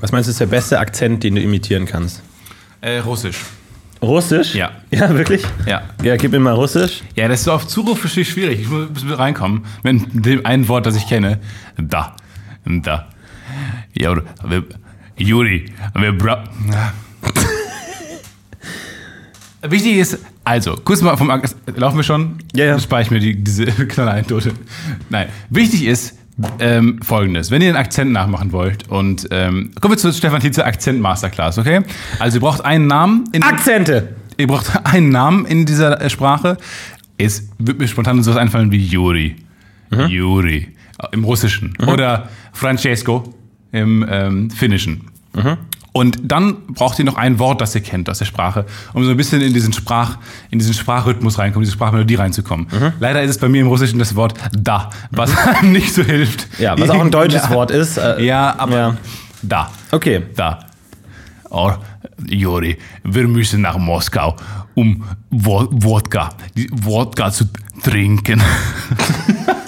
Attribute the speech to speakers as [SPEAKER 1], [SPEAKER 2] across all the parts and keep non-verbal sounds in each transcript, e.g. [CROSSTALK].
[SPEAKER 1] Was meinst du, ist der beste Akzent, den du imitieren kannst?
[SPEAKER 2] Äh, Russisch.
[SPEAKER 1] Russisch?
[SPEAKER 2] Ja.
[SPEAKER 1] Ja, wirklich?
[SPEAKER 2] Ja.
[SPEAKER 1] Ja, gib mir mal Russisch.
[SPEAKER 2] Ja, das ist auf Zuruf richtig schwierig. Ich muss ein bisschen reinkommen. Mit dem einen Wort, das ich kenne. Da. Da. Ja, oder- wir- Juri. wir bra- [LAUGHS] Wichtig ist, also, kurz mal vom Ak- Laufen wir schon?
[SPEAKER 1] Ja, ja.
[SPEAKER 2] Dann spare ich mir die, diese [LAUGHS] kleine Anekdote. Nein. Wichtig ist ähm, folgendes: Wenn ihr den Akzent nachmachen wollt und. Ähm, kommen wir zu Stefan Tietze Akzent Masterclass, okay? Also, ihr braucht einen Namen. In
[SPEAKER 1] Akzente!
[SPEAKER 2] Ihr braucht [LAUGHS] einen Namen in dieser äh, Sprache. Es wird mir spontan sowas einfallen wie Juri.
[SPEAKER 1] Mhm.
[SPEAKER 2] Juri. Äh, Im Russischen. Oder Francesco im ähm, Finnischen.
[SPEAKER 1] Mhm.
[SPEAKER 2] Und dann braucht ihr noch ein Wort, das ihr kennt aus der Sprache, um so ein bisschen in diesen Sprach, in diesen Sprachrhythmus reinkommen, diese Sprachmelodie reinzukommen.
[SPEAKER 1] Mhm.
[SPEAKER 2] Leider ist es bei mir im Russischen das Wort da, was [LAUGHS] einem nicht so hilft.
[SPEAKER 1] Ja, was auch
[SPEAKER 2] [LAUGHS]
[SPEAKER 1] ein deutsches
[SPEAKER 2] Ja.
[SPEAKER 1] Wort ist. äh,
[SPEAKER 2] Ja, aber
[SPEAKER 1] Ja.
[SPEAKER 2] da.
[SPEAKER 1] Okay.
[SPEAKER 2] Da. Oh, Jori, wir müssen nach Moskau, um Wo- Wodka, die Wodka zu trinken. [LAUGHS]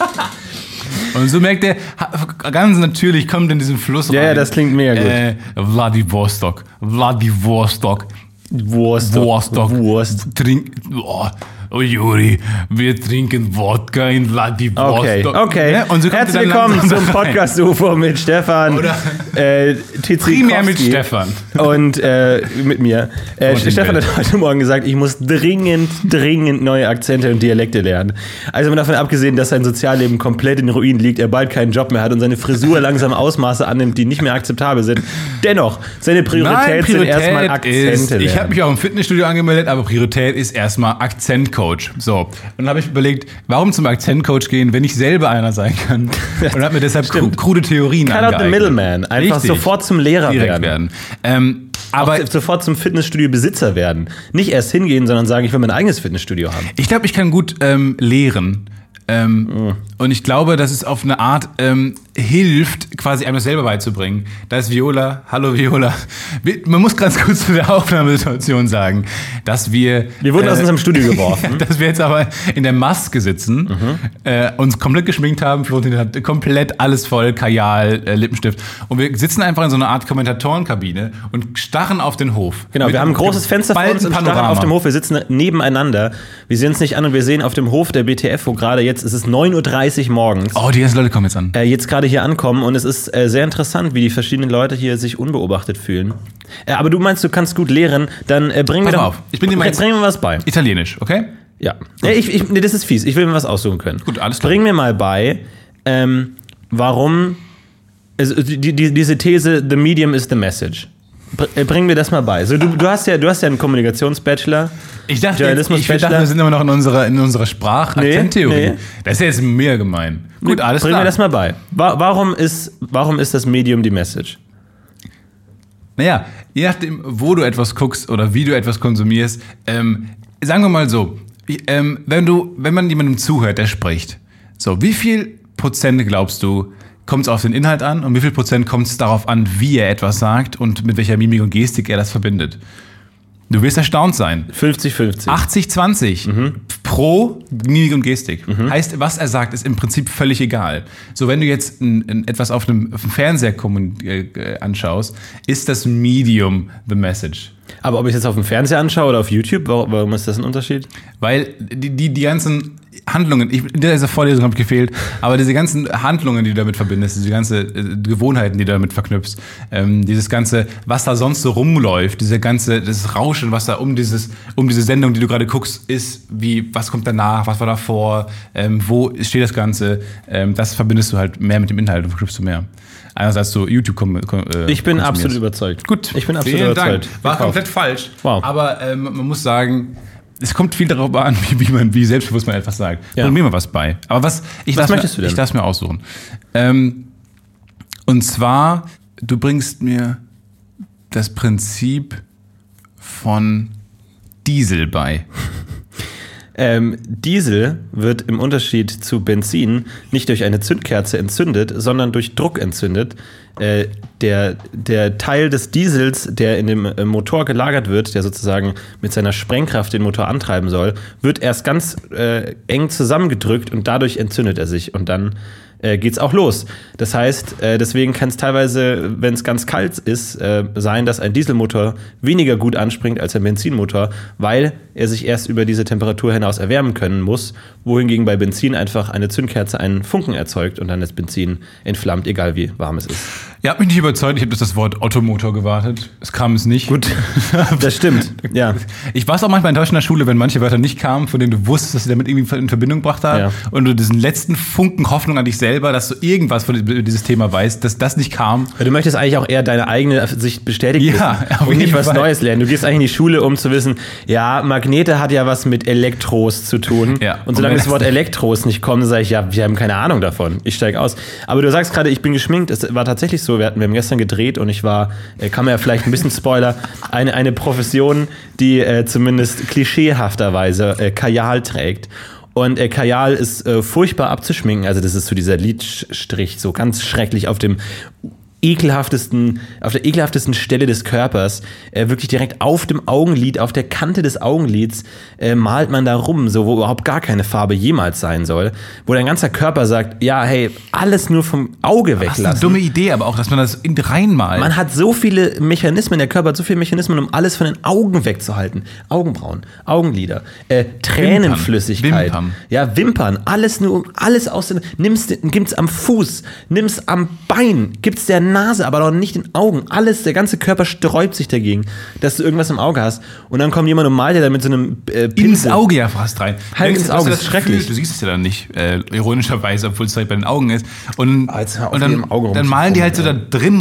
[SPEAKER 2] Und so merkt er, ha- ganz natürlich kommt in diesen Fluss
[SPEAKER 1] Ja,
[SPEAKER 2] rein.
[SPEAKER 1] ja, das klingt mega gut.
[SPEAKER 2] Äh, Vladivostok, Vladivostok,
[SPEAKER 1] Wurst.
[SPEAKER 2] Vostok.
[SPEAKER 1] Wurst.
[SPEAKER 2] Trink. Oh, oh, Juri, wir trinken Wodka in Vladivostok.
[SPEAKER 1] Okay, okay.
[SPEAKER 2] Ne? Und so kommt
[SPEAKER 1] Herzlich
[SPEAKER 2] ihr dann
[SPEAKER 1] willkommen
[SPEAKER 2] langsam
[SPEAKER 1] zum
[SPEAKER 2] rein.
[SPEAKER 1] Podcast UFO mit Stefan.
[SPEAKER 2] Oder-
[SPEAKER 1] äh, Tizi
[SPEAKER 2] Primär mit
[SPEAKER 1] Kowski.
[SPEAKER 2] Stefan.
[SPEAKER 1] Und äh, mit mir. Äh,
[SPEAKER 2] Und dem
[SPEAKER 1] Stefan
[SPEAKER 2] Bild.
[SPEAKER 1] hat heute Morgen gesagt, ich muss dringend, dringend neue Akzente und Dialekte lernen. Also mal davon abgesehen, dass sein Sozialleben komplett in Ruinen liegt, er bald keinen Job mehr hat und
[SPEAKER 2] [LAUGHS]
[SPEAKER 1] seine Frisur langsam Ausmaße annimmt, die nicht mehr akzeptabel sind. Dennoch, seine Priorität, sind erstmal Akzente.
[SPEAKER 2] ist, ich habe
[SPEAKER 1] lernen.
[SPEAKER 2] mich auch im Fitnessstudio angemeldet, aber Priorität ist erstmal Akzentcoach. So, und dann habe ich überlegt, warum zum Akzentcoach gehen, wenn ich selber einer sein
[SPEAKER 1] [LAUGHS]
[SPEAKER 2] kann? Und habe mir deshalb kru krude Theorien
[SPEAKER 1] Cut out the
[SPEAKER 2] angeeignet.
[SPEAKER 1] middleman. Einfach
[SPEAKER 2] Richtig.
[SPEAKER 1] sofort zum Lehrer
[SPEAKER 2] direkt
[SPEAKER 1] werden.
[SPEAKER 2] werden. Ähm, aber
[SPEAKER 1] Sofort zum Fitnessstudio-Besitzer werden. Nicht erst hingehen, sondern sagen, ich will mein eigenes Fitnessstudio haben.
[SPEAKER 2] ich glaube, ich kann gut ähm, lehren. Ähm,
[SPEAKER 1] Oh.
[SPEAKER 2] Und ich glaube, dass es auf eine Art ähm, hilft, quasi einem das selber beizubringen. Da ist Viola, hallo Viola. Wir, man muss ganz kurz zu der Aufnahmesituation sagen, dass wir. äh,
[SPEAKER 1] Wir wurden aus unserem Studio
[SPEAKER 2] [LAUGHS]
[SPEAKER 1] geworfen. Mhm.
[SPEAKER 2] dass wir jetzt aber in der Maske sitzen, äh, uns komplett geschminkt haben. Florentin hat komplett alles voll, Kajal, äh, Lippenstift. Und wir sitzen einfach in so einer Art Kommentatorenkabine und starren auf den Hof.
[SPEAKER 1] Genau,
[SPEAKER 2] Mit
[SPEAKER 1] wir haben ein
[SPEAKER 2] einem
[SPEAKER 1] großes Fenster vor uns
[SPEAKER 2] geballten
[SPEAKER 1] und starren
[SPEAKER 2] Panorama.
[SPEAKER 1] auf dem Hof. Wir sitzen nebeneinander. Wir sehen uns nicht an und wir sehen auf dem Hof der BTF, wo gerade jetzt, es ist 9.30 Uhr morgens.
[SPEAKER 2] Oh, die ersten Leute kommen jetzt an.
[SPEAKER 1] Äh, jetzt gerade gerade hier ankommen und es ist äh, sehr interessant, wie die verschiedenen Leute hier sich unbeobachtet fühlen. Äh, aber du meinst, du kannst gut lehren, dann äh, bring mir
[SPEAKER 2] Pass mal
[SPEAKER 1] doch-
[SPEAKER 2] auf, ich bin dir mal jetzt-
[SPEAKER 1] bring mir was bei.
[SPEAKER 2] Italienisch, okay?
[SPEAKER 1] Ja. Nee, ich, ich, nee, das ist fies. Ich will mir was aussuchen können.
[SPEAKER 2] Gut, alles klar.
[SPEAKER 1] Bring mir mal bei, ähm, warum. Also die, die, diese These, the medium is the message. Br- äh, Bring mir das mal bei. So, du, du, hast ja, du hast ja einen Kommunikationsbachelor.
[SPEAKER 2] Ich dachte, jetzt,
[SPEAKER 1] Journalismus
[SPEAKER 2] ich dachte,
[SPEAKER 1] Bachelor.
[SPEAKER 2] wir sind immer noch in unserer, in unserer Sprachakzenttheorie.
[SPEAKER 1] nee.
[SPEAKER 2] Das ist ja jetzt mehr gemein. Gut, alles
[SPEAKER 1] Bring
[SPEAKER 2] klar.
[SPEAKER 1] mir das mal bei. Wa warum, ist, warum ist das Medium die Message?
[SPEAKER 2] Naja, je nachdem, wo du etwas guckst oder wie du etwas konsumierst, ähm, sagen wir mal so, ich- ähm, wenn du, wenn man jemandem zuhört, der spricht, so, wie viel Prozent glaubst du, kommt es auf den Inhalt an und wie viel Prozent kommt es darauf an, wie er etwas sagt und mit welcher Mimik und Gestik er das verbindet? Du wirst erstaunt sein.
[SPEAKER 1] 50-50.
[SPEAKER 2] 80-20 pro Mimik und Gestik. Heißt, was er sagt, ist im Prinzip völlig egal. So, wenn du jetzt ein, ein, etwas auf dem, auf dem Fernseher kommun- äh, äh, anschaust, ist das Medium the message.
[SPEAKER 1] Aber ob ich jetzt auf dem Fernseher anschaue oder auf YouTube, warum, warum ist das ein Unterschied?
[SPEAKER 2] Weil die, die, die ganzen Handlungen, ich, in dieser Vorlesung habe ich gefehlt, aber diese ganzen Handlungen, die du damit verbindest, diese ganze äh, Gewohnheiten, die du damit verknüpfst, ähm, dieses ganze, was da sonst so rumläuft, diese ganze, das Rauschen, was da um dieses, um diese Sendung, die du gerade guckst, ist, wie, was kommt danach, was war davor, ähm, wo steht das Ganze, ähm, das verbindest du halt mehr mit dem Inhalt und verknüpfst du mehr. Anders als du YouTube kom- kom- äh,
[SPEAKER 1] Ich bin
[SPEAKER 2] konsumierst.
[SPEAKER 1] absolut überzeugt.
[SPEAKER 2] Gut,
[SPEAKER 1] Ich bin absolut
[SPEAKER 2] vielen Dank.
[SPEAKER 1] überzeugt.
[SPEAKER 2] War
[SPEAKER 1] Gekauft.
[SPEAKER 2] komplett falsch.
[SPEAKER 1] Wow.
[SPEAKER 2] Aber ähm, man muss sagen, es kommt viel darauf an, [LAUGHS] wie, wie man, wie selbstbewusst man etwas sagt.
[SPEAKER 1] Ja.
[SPEAKER 2] Bring mir mal was bei. Aber was, ich
[SPEAKER 1] Was
[SPEAKER 2] lass
[SPEAKER 1] möchtest
[SPEAKER 2] mir,
[SPEAKER 1] du denn?
[SPEAKER 2] Ich lass mir aussuchen. Ähm, und zwar, du bringst mir das Prinzip von Diesel bei.
[SPEAKER 1] Ähm, Diesel wird im Unterschied zu Benzin nicht durch eine Zündkerze entzündet, sondern durch Druck entzündet. Äh, der, der Teil des Diesels, der in dem äh, Motor gelagert wird, der sozusagen mit seiner Sprengkraft den Motor antreiben soll, wird erst ganz äh, eng zusammengedrückt und dadurch entzündet er sich und dann äh, geht's auch los. Das heißt, äh, deswegen kann es teilweise, wenn es ganz kalt ist, äh, sein, dass ein Dieselmotor weniger gut anspringt als ein Benzinmotor, weil er sich erst über diese Temperatur hinaus erwärmen können muss, wohingegen bei Benzin einfach eine Zündkerze einen Funken erzeugt und dann das Benzin entflammt, egal wie warm es ist.
[SPEAKER 2] Ihr habt mich nicht überzeugt, ich habe das Wort Ottomotor gewartet. Es kam es nicht. Gut.
[SPEAKER 1] Das stimmt, ja.
[SPEAKER 2] Ich war es auch manchmal enttäuscht in der Schule, wenn manche Wörter nicht kamen, von denen du wusstest, dass sie damit irgendwie in Verbindung gebracht haben.
[SPEAKER 1] Ja.
[SPEAKER 2] Und du diesen letzten Funken Hoffnung an dich selber, dass du irgendwas von diesem- dieses Thema weißt, dass das nicht kam.
[SPEAKER 1] Du möchtest eigentlich auch eher deine eigene Sicht bestätigen
[SPEAKER 2] Ja,
[SPEAKER 1] wissen
[SPEAKER 2] auf
[SPEAKER 1] und nicht
[SPEAKER 2] jeden
[SPEAKER 1] was
[SPEAKER 2] Fall.
[SPEAKER 1] Neues lernen. Du gehst eigentlich in die Schule, um zu wissen, ja, Magnete hat ja was mit Elektros zu tun.
[SPEAKER 2] Ja.
[SPEAKER 1] Und solange
[SPEAKER 2] Und
[SPEAKER 1] das
[SPEAKER 2] wenn-
[SPEAKER 1] Wort Elektros nicht kommt, sage ich, ja, wir haben keine Ahnung davon. Ich steige aus. Aber du sagst gerade, ich bin geschminkt. Es war tatsächlich so, wir hatten wir haben gestern gedreht und ich war, äh, kann man ja vielleicht
[SPEAKER 2] [LAUGHS]
[SPEAKER 1] ein bisschen Spoiler, eine, eine Profession, die äh, zumindest klischeehafterweise äh, Kajal trägt. Und äh, Kajal ist äh, furchtbar abzuschminken. Also das ist so dieser Lidstrich, so ganz schrecklich auf dem ekelhaftesten, auf der ekelhaftesten Stelle des Körpers, äh, wirklich direkt auf dem Augenlid, auf der Kante des Augenlids, äh, malt man da rum, so wo überhaupt gar keine Farbe jemals sein soll, wo dein ganzer Körper sagt, ja, hey, alles nur vom Auge
[SPEAKER 2] Das ist eine
[SPEAKER 1] weglassen.
[SPEAKER 2] dumme Idee, aber auch, dass man das in- reinmalt.
[SPEAKER 1] Man hat so viele Mechanismen, der Körper hat so viele Mechanismen, um alles von den Augen wegzuhalten. Augenbrauen, Augenlider, äh, Tränenflüssigkeit,
[SPEAKER 2] Wimpern.
[SPEAKER 1] ja, Wimpern, alles nur, um- alles aus den, nimmst, gibt's am Fuß, nimmst am Bein, gibt's der Nase, aber doch nicht den Augen. Alles, der ganze Körper sträubt sich dagegen, dass du irgendwas im Auge hast. Und dann kommt jemand und malt dir da mit so einem äh, Pinsel.
[SPEAKER 2] Halt ins Auge ja fast rein.
[SPEAKER 1] Halt
[SPEAKER 2] Denkst
[SPEAKER 1] ins
[SPEAKER 2] du, dass
[SPEAKER 1] Auge,
[SPEAKER 2] du
[SPEAKER 1] ist
[SPEAKER 2] das Gefühl-
[SPEAKER 1] schrecklich.
[SPEAKER 2] Du siehst es ja dann nicht, äh, ironischerweise, obwohl es direkt bei den Augen ist. Und,
[SPEAKER 1] Ah, jetzt hör auf,
[SPEAKER 2] und
[SPEAKER 1] hier im
[SPEAKER 2] dann,
[SPEAKER 1] Auge
[SPEAKER 2] dann malen die halt so da
[SPEAKER 1] rumzukrummeln,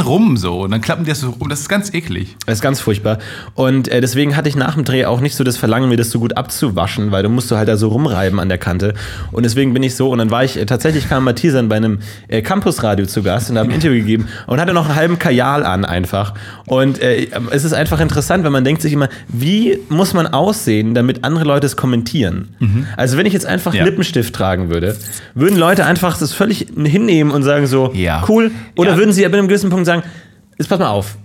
[SPEAKER 2] drin rum so und dann klappen die das so rum. Das ist ganz eklig.
[SPEAKER 1] Das ist ganz furchtbar. Und äh, deswegen hatte ich nach dem Dreh auch nicht so das Verlangen, mir das so gut abzuwaschen, weil du musst du halt da so rumreiben an der Kante. Und deswegen bin ich so, und dann war ich, äh, tatsächlich kam Matthisan bei einem äh, Campusradio zu Gast und habe ein Interview gegeben und hatte noch einen halben Kajal an einfach. Und äh, es ist einfach interessant, wenn man denkt sich immer, wie muss man aussehen, damit andere Leute es kommentieren? Also wenn ich jetzt einfach
[SPEAKER 2] Mhm. Ja.
[SPEAKER 1] Lippenstift tragen würde, würden Leute einfach das völlig hinnehmen und sagen so,
[SPEAKER 2] Ja.
[SPEAKER 1] cool. Oder
[SPEAKER 2] Ja.
[SPEAKER 1] würden sie ab einem gewissen Punkt sagen, jetzt pass mal auf.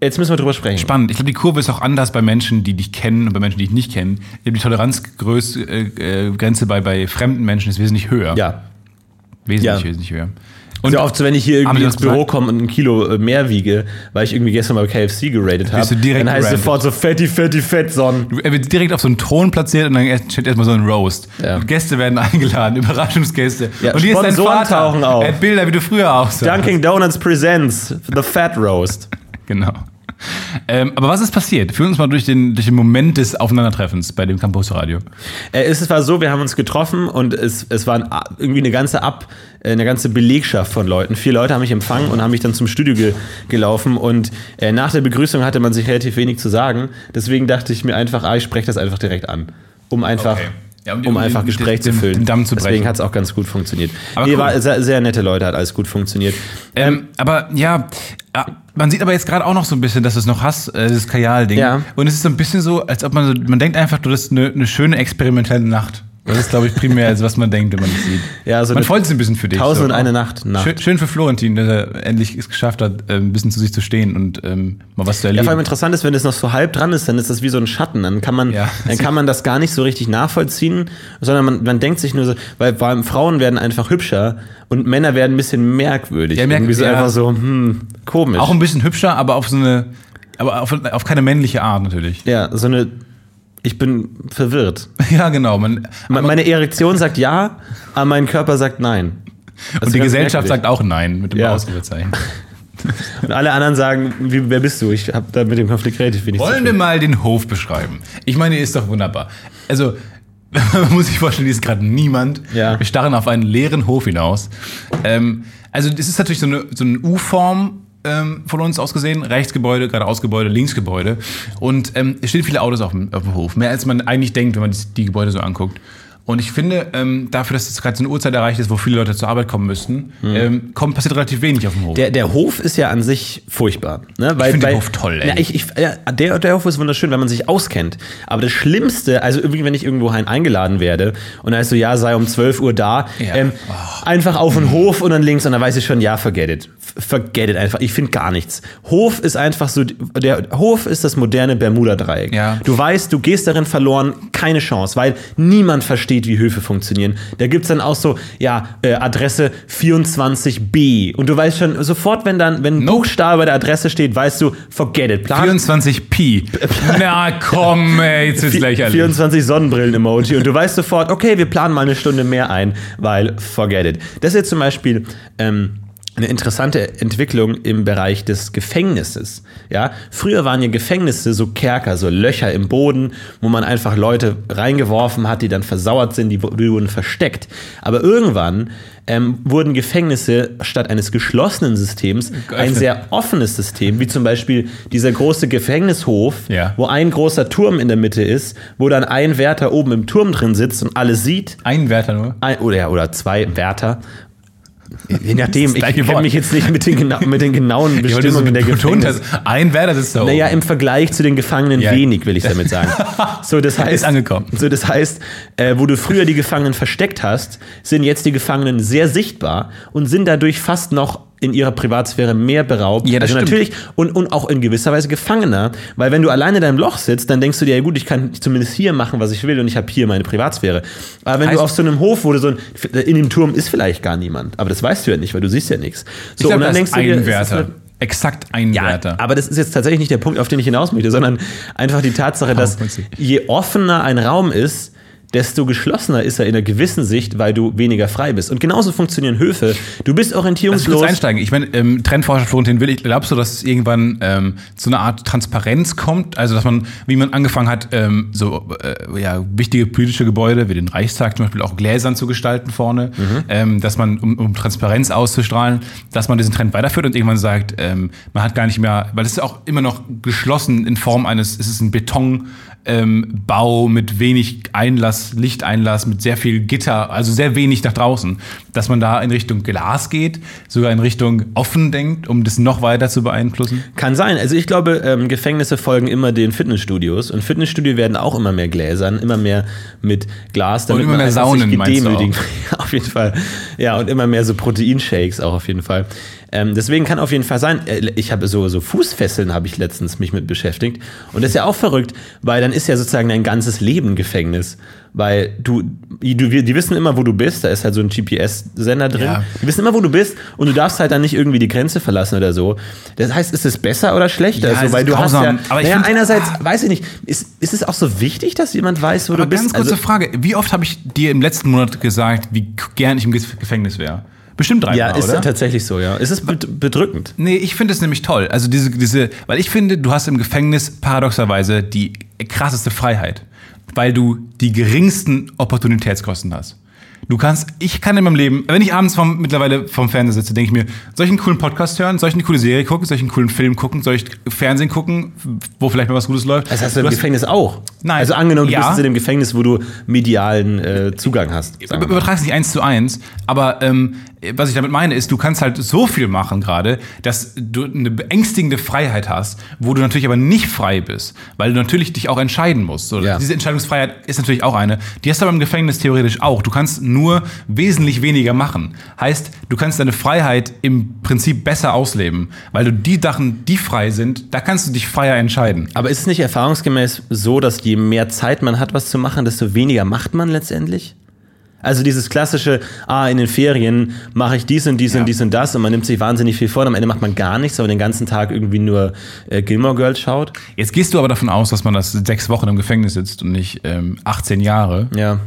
[SPEAKER 1] Jetzt müssen wir drüber sprechen.
[SPEAKER 2] Spannend. Ich glaube, die Kurve ist auch anders bei Menschen, die dich kennen und bei Menschen, die dich nicht kennen. Ich glaube, die Toleranzgrenze äh, äh, Grenze bei, bei fremden Menschen ist wesentlich höher.
[SPEAKER 1] Ja.
[SPEAKER 2] Wesentlich,
[SPEAKER 1] Ja.
[SPEAKER 2] wesentlich höher.
[SPEAKER 1] Und Sehr oft, so, wenn ich hier
[SPEAKER 2] Haben
[SPEAKER 1] irgendwie
[SPEAKER 2] die
[SPEAKER 1] ins
[SPEAKER 2] das gesagt?
[SPEAKER 1] Büro komme und ein Kilo äh, mehr wiege, weil ich irgendwie gestern mal KFC geratet
[SPEAKER 2] Bist
[SPEAKER 1] habe,
[SPEAKER 2] du direkt
[SPEAKER 1] dann heißt es
[SPEAKER 2] gerantet.
[SPEAKER 1] sofort so fetti, fetti, fett, Son.
[SPEAKER 2] Er wird direkt auf so einen Thron platziert und dann steht erstmal so ein Roast.
[SPEAKER 1] Ja.
[SPEAKER 2] Und Gäste werden [LAUGHS] eingeladen, Überraschungsgäste.
[SPEAKER 1] Ja,
[SPEAKER 2] und hier ist dein
[SPEAKER 1] Sponsoren
[SPEAKER 2] Vater.
[SPEAKER 1] tauchen auf.
[SPEAKER 2] Er hat Bilder, wie du früher aussahst.
[SPEAKER 1] Dunkin' Donuts presents The Fat Roast.
[SPEAKER 2] Genau. Ähm, aber was ist passiert? Führ uns mal durch den, durch den Moment des Aufeinandertreffens bei dem Campus Radio.
[SPEAKER 1] Äh, es war so, wir haben uns getroffen und es, es war ein, A- irgendwie eine ganze Ab, äh, eine ganze Belegschaft von Leuten. Vier Leute haben mich empfangen und haben mich dann zum Studio ge gelaufen und äh, nach der Begrüßung hatte man sich relativ wenig zu sagen. Deswegen dachte ich mir einfach, ah, ich spreche das einfach direkt an. Um einfach,
[SPEAKER 2] Okay. Ja, um
[SPEAKER 1] um,
[SPEAKER 2] die- um
[SPEAKER 1] einfach
[SPEAKER 2] die-
[SPEAKER 1] Gespräch
[SPEAKER 2] den-
[SPEAKER 1] zu füllen.
[SPEAKER 2] den Damm zu brechen.
[SPEAKER 1] Deswegen hat es auch ganz gut funktioniert.
[SPEAKER 2] Aber
[SPEAKER 1] nee,
[SPEAKER 2] cool.
[SPEAKER 1] war sehr, sehr nette Leute, hat alles gut funktioniert.
[SPEAKER 2] Ähm, aber ja, äh, man sieht aber jetzt gerade auch noch so ein bisschen, dass du es noch hast, äh, das Kajal-Ding.
[SPEAKER 1] Ja.
[SPEAKER 2] Und es ist so ein bisschen so, als ob man so, man denkt einfach, du hast eine, eine schöne experimentelle Nacht. Das ist, glaube ich, primär, also, was man denkt, wenn man es sieht.
[SPEAKER 1] Ja, so
[SPEAKER 2] man
[SPEAKER 1] Also eine
[SPEAKER 2] freut sich ein bisschen für dich.
[SPEAKER 1] Tausend und
[SPEAKER 2] so.
[SPEAKER 1] eine Nacht. Nacht.
[SPEAKER 2] Schön, schön für Florentin, dass er endlich es geschafft hat, äh, ein bisschen zu sich zu stehen und ähm, mal was zu
[SPEAKER 1] Ja,
[SPEAKER 2] erleben.
[SPEAKER 1] vor allem interessant ist, wenn es noch so halb dran ist, dann ist das wie so ein Schatten. Dann kann man,
[SPEAKER 2] Ja.
[SPEAKER 1] dann kann man das gar nicht so richtig nachvollziehen, sondern man, man denkt sich nur so, weil vor allem Frauen werden einfach hübscher und Männer werden ein bisschen merkwürdig.
[SPEAKER 2] Ja, merk-
[SPEAKER 1] Irgendwie so
[SPEAKER 2] ja.
[SPEAKER 1] einfach so, hm, komisch.
[SPEAKER 2] auch ein bisschen hübscher, aber auf so eine, aber auf, auf keine männliche Art natürlich. [LAUGHS]
[SPEAKER 1] ja, so eine, ich bin verwirrt.
[SPEAKER 2] Ja, genau. Man,
[SPEAKER 1] Me- Meine Erektion sagt ja, aber mein Körper sagt nein. Also
[SPEAKER 2] und die Gesellschaft sagt auch Nein mit dem
[SPEAKER 1] Ja.
[SPEAKER 2] Ausrufezeichen.
[SPEAKER 1] sagt. Und alle anderen sagen, wie, wer bist du? Ich habe da mit dem Konflikt relativ wenig zu
[SPEAKER 2] Wollen wir
[SPEAKER 1] tun.
[SPEAKER 2] mal den Hof beschreiben? Ich meine, ist doch wunderbar. Also, [LAUGHS] man muss sich vorstellen, hier ist gerade niemand.
[SPEAKER 1] Ja.
[SPEAKER 2] Wir starren auf einen leeren Hof hinaus. Ähm, also, das ist natürlich so eine, so eine U-Form ähm, von uns aus gesehen. Rechts Gebäude, geradeaus Gebäude, links Gebäude. Und ähm, es stehen viele Autos auf dem, auf dem Hof. Mehr als man eigentlich denkt, wenn man die, die Gebäude so anguckt. Und ich finde, ähm, dafür, dass es gerade so eine Uhrzeit erreicht ist, wo viele Leute zur Arbeit kommen müssten, ähm, kommt, passiert relativ wenig auf dem Hof.
[SPEAKER 1] Hm. Der, der Hof ist ja an sich furchtbar. Ne? Weil,
[SPEAKER 2] Ich find den
[SPEAKER 1] weil-
[SPEAKER 2] Hof toll, ey.
[SPEAKER 1] Ja, ich, ich, ja, der, der Hof ist wunderschön, wenn man sich auskennt. Aber das Schlimmste, also irgendwie, wenn ich irgendwo ein- eingeladen werde und da heißt so, ja, sei um 12 Uhr da,
[SPEAKER 2] Ja. Oh.
[SPEAKER 1] ähm, einfach auf den Hof und dann links und dann weiß ich schon, ja, forget it. F- Forget it einfach. Ich finde gar nichts. Hof ist einfach so, der Hof ist das moderne Bermuda-Dreieck.
[SPEAKER 2] Ja.
[SPEAKER 1] Du weißt, du gehst darin verloren, keine Chance, weil niemand versteht, wie Höfe funktionieren. Da gibt es dann auch so, ja, äh, Adresse 24b. Und du weißt schon, sofort, wenn dann, wenn ein
[SPEAKER 2] Nope.
[SPEAKER 1] Buchstabe bei der Adresse steht, weißt du, forget it. Plan
[SPEAKER 2] 24
[SPEAKER 1] [LAUGHS]
[SPEAKER 2] Pi. Na komm, ey, jetzt wird's gleich alle.
[SPEAKER 1] 24 Sonnenbrillen-Emoji. Und du weißt sofort, okay, wir planen mal eine Stunde mehr ein, weil forget it. Das ist jetzt zum Beispiel. Ähm, eine interessante Entwicklung im Bereich des Gefängnisses. Ja, früher waren ja Gefängnisse so Kerker, so Löcher im Boden, wo man einfach Leute reingeworfen hat, die dann versauert sind, die, die wurden versteckt. Aber irgendwann ähm, wurden Gefängnisse statt eines geschlossenen Systems ein
[SPEAKER 2] Geöffnet.
[SPEAKER 1] sehr offenes System, wie zum Beispiel dieser große Gefängnishof,
[SPEAKER 2] Ja.
[SPEAKER 1] wo ein großer Turm in der Mitte ist, wo dann ein Wärter oben im Turm drin sitzt und alles sieht.
[SPEAKER 2] Ein Wärter nur.
[SPEAKER 1] Ein, oder, ja, oder zwei Wärter. Je nachdem, ich
[SPEAKER 2] gleiche
[SPEAKER 1] kenne
[SPEAKER 2] Wort.
[SPEAKER 1] mich jetzt nicht mit den, gena mit den genauen
[SPEAKER 2] Ich wollte
[SPEAKER 1] Bestimmungen der
[SPEAKER 2] betont
[SPEAKER 1] Gefängnisse.
[SPEAKER 2] hast. Ein Wärter sitzt da oben.
[SPEAKER 1] Naja, im Vergleich zu den Gefangenen
[SPEAKER 2] Ja.
[SPEAKER 1] wenig, will ich damit
[SPEAKER 2] [LAUGHS]
[SPEAKER 1] sagen. So, das heißt,
[SPEAKER 2] Ist angekommen.
[SPEAKER 1] So, das heißt, äh, wo du früher die Gefangenen versteckt hast, sind jetzt die Gefangenen sehr sichtbar und sind dadurch fast noch in ihrer Privatsphäre mehr beraubt.
[SPEAKER 2] Ja, das
[SPEAKER 1] also
[SPEAKER 2] stimmt.
[SPEAKER 1] natürlich und, und auch in gewisser Weise Gefangener, weil wenn du alleine in deinem Loch sitzt, dann denkst du dir, ja gut, ich kann zumindest hier machen, was ich will und ich habe hier meine Privatsphäre. Aber wenn
[SPEAKER 2] Heißt-
[SPEAKER 1] du auf so einem Hof, wo du so ein, in dem Turm ist vielleicht gar niemand, aber das weißt du ja nicht, weil du siehst ja nichts.
[SPEAKER 2] ich
[SPEAKER 1] So,
[SPEAKER 2] glaub,
[SPEAKER 1] und
[SPEAKER 2] da
[SPEAKER 1] dann
[SPEAKER 2] ist
[SPEAKER 1] denkst du dir,
[SPEAKER 2] ein
[SPEAKER 1] es ist
[SPEAKER 2] Wärter.
[SPEAKER 1] eine-
[SPEAKER 2] Exakt ein
[SPEAKER 1] ja,
[SPEAKER 2] Wärter.
[SPEAKER 1] aber das ist jetzt tatsächlich nicht der Punkt, auf den ich hinaus möchte, sondern einfach die Tatsache, dass
[SPEAKER 2] Prinzip.
[SPEAKER 1] je offener ein Raum ist, desto geschlossener ist er in einer gewissen Sicht, weil du weniger frei bist. Und genauso funktionieren Höfe. Du
[SPEAKER 2] Lass mich
[SPEAKER 1] bist
[SPEAKER 2] kurz
[SPEAKER 1] orientierungslos.
[SPEAKER 2] einsteigen. Ich meine, ähm, Trendforscher Florentin Will, ich glaubst du, dass es irgendwann ähm, zu einer Art Transparenz kommt? Also, dass man, wie man angefangen hat, ähm, so äh, ja, wichtige politische Gebäude wie den Reichstag zum Beispiel auch gläsern zu gestalten vorne,
[SPEAKER 1] Mhm.
[SPEAKER 2] ähm, dass man, um, um Transparenz auszustrahlen, dass man diesen Trend weiterführt und irgendwann sagt, ähm, man hat gar nicht mehr, weil es ist auch immer noch geschlossen in Form eines, es ist ein Beton. Ähm, Bau mit wenig Einlass, Lichteinlass, mit sehr viel Gitter, also sehr wenig nach draußen, dass man da in Richtung Glas geht, sogar in Richtung offen denkt, um das noch weiter zu beeinflussen.
[SPEAKER 1] Kann sein. Also ich glaube, ähm, Gefängnisse folgen immer den Fitnessstudios und Fitnessstudio werden auch immer mehr Gläsern, immer mehr mit Glas, damit
[SPEAKER 2] immer mehr
[SPEAKER 1] einfach sich
[SPEAKER 2] Saunen, meinst du
[SPEAKER 1] [LAUGHS] gedemütigen. auf jeden Fall. Ja, und immer mehr so Proteinshakes auch auf jeden Fall. Ähm, deswegen kann auf jeden Fall sein, äh, ich habe so, so Fußfesseln habe ich letztens mich mit beschäftigt. Und das ist ja auch verrückt, weil dann ist ja sozusagen dein ganzes Leben Gefängnis. Weil du, du wir- die wissen immer, wo du bist, da ist halt so ein GPS-Sender drin.
[SPEAKER 2] Ja.
[SPEAKER 1] Die wissen immer, wo du bist und du darfst halt dann nicht irgendwie die Grenze verlassen oder so. Das heißt, ist es besser oder schlechter?
[SPEAKER 2] Ja,
[SPEAKER 1] so,
[SPEAKER 2] es
[SPEAKER 1] weil
[SPEAKER 2] ist
[SPEAKER 1] du
[SPEAKER 2] grausam,
[SPEAKER 1] hast ja,
[SPEAKER 2] aber ich
[SPEAKER 1] naja,
[SPEAKER 2] find-
[SPEAKER 1] einerseits, weiß ich nicht, ist, ist es auch so wichtig, dass jemand weiß, wo
[SPEAKER 2] Aber
[SPEAKER 1] du bist?
[SPEAKER 2] ganz kurze
[SPEAKER 1] Also-
[SPEAKER 2] Frage. Wie oft habe ich dir im letzten Monat gesagt, wie k- gern ich im Gef- Gefängnis wäre? Bestimmt dreimal,
[SPEAKER 1] ja, ist
[SPEAKER 2] oder?
[SPEAKER 1] tatsächlich so, ja. Es ist bed- bedrückend.
[SPEAKER 2] Nee, ich finde es nämlich toll. Also diese, diese, weil ich finde, du hast im Gefängnis paradoxerweise die krasseste Freiheit, weil du die geringsten Opportunitätskosten hast. Du kannst, ich kann in meinem Leben, wenn ich abends vom, mittlerweile vom Fernseher sitze, denke ich mir, soll ich einen coolen Podcast hören, soll ich eine coole Serie gucken, soll ich einen coolen Film gucken, soll ich Fernsehen gucken, wo vielleicht mal was Gutes läuft.
[SPEAKER 1] Das hast du im
[SPEAKER 2] hast-
[SPEAKER 1] Gefängnis auch.
[SPEAKER 2] Nein.
[SPEAKER 1] Also angenommen, du
[SPEAKER 2] Ja.
[SPEAKER 1] bist jetzt in dem Gefängnis, wo du medialen äh, Zugang hast. sagen wir mal.
[SPEAKER 2] Übertrag es nicht eins zu eins, aber ähm, was ich damit meine, ist, du kannst halt so viel machen gerade, dass du eine beängstigende Freiheit hast, wo du natürlich aber nicht frei bist, weil du natürlich dich auch entscheiden musst. So,
[SPEAKER 1] Ja.
[SPEAKER 2] Diese Entscheidungsfreiheit ist natürlich auch eine. Die hast du aber im Gefängnis theoretisch auch. Du kannst nur wesentlich weniger machen. Heißt, du kannst deine Freiheit im Prinzip besser ausleben, weil du die Sachen, die frei sind, da kannst du dich freier entscheiden.
[SPEAKER 1] Aber ist es nicht erfahrungsgemäß so, dass je mehr Zeit man hat, was zu machen, desto weniger macht man letztendlich? Also dieses klassische, ah, in den Ferien mache ich dies und dies
[SPEAKER 2] Ja.
[SPEAKER 1] und dies und das und man nimmt sich wahnsinnig viel vor und am Ende macht man gar nichts, aber den ganzen Tag irgendwie nur äh, Gilmore Girls schaut.
[SPEAKER 2] Jetzt gehst du aber davon aus, dass man das sechs Wochen im Gefängnis sitzt und nicht ähm, 18 Jahre.
[SPEAKER 1] Ja.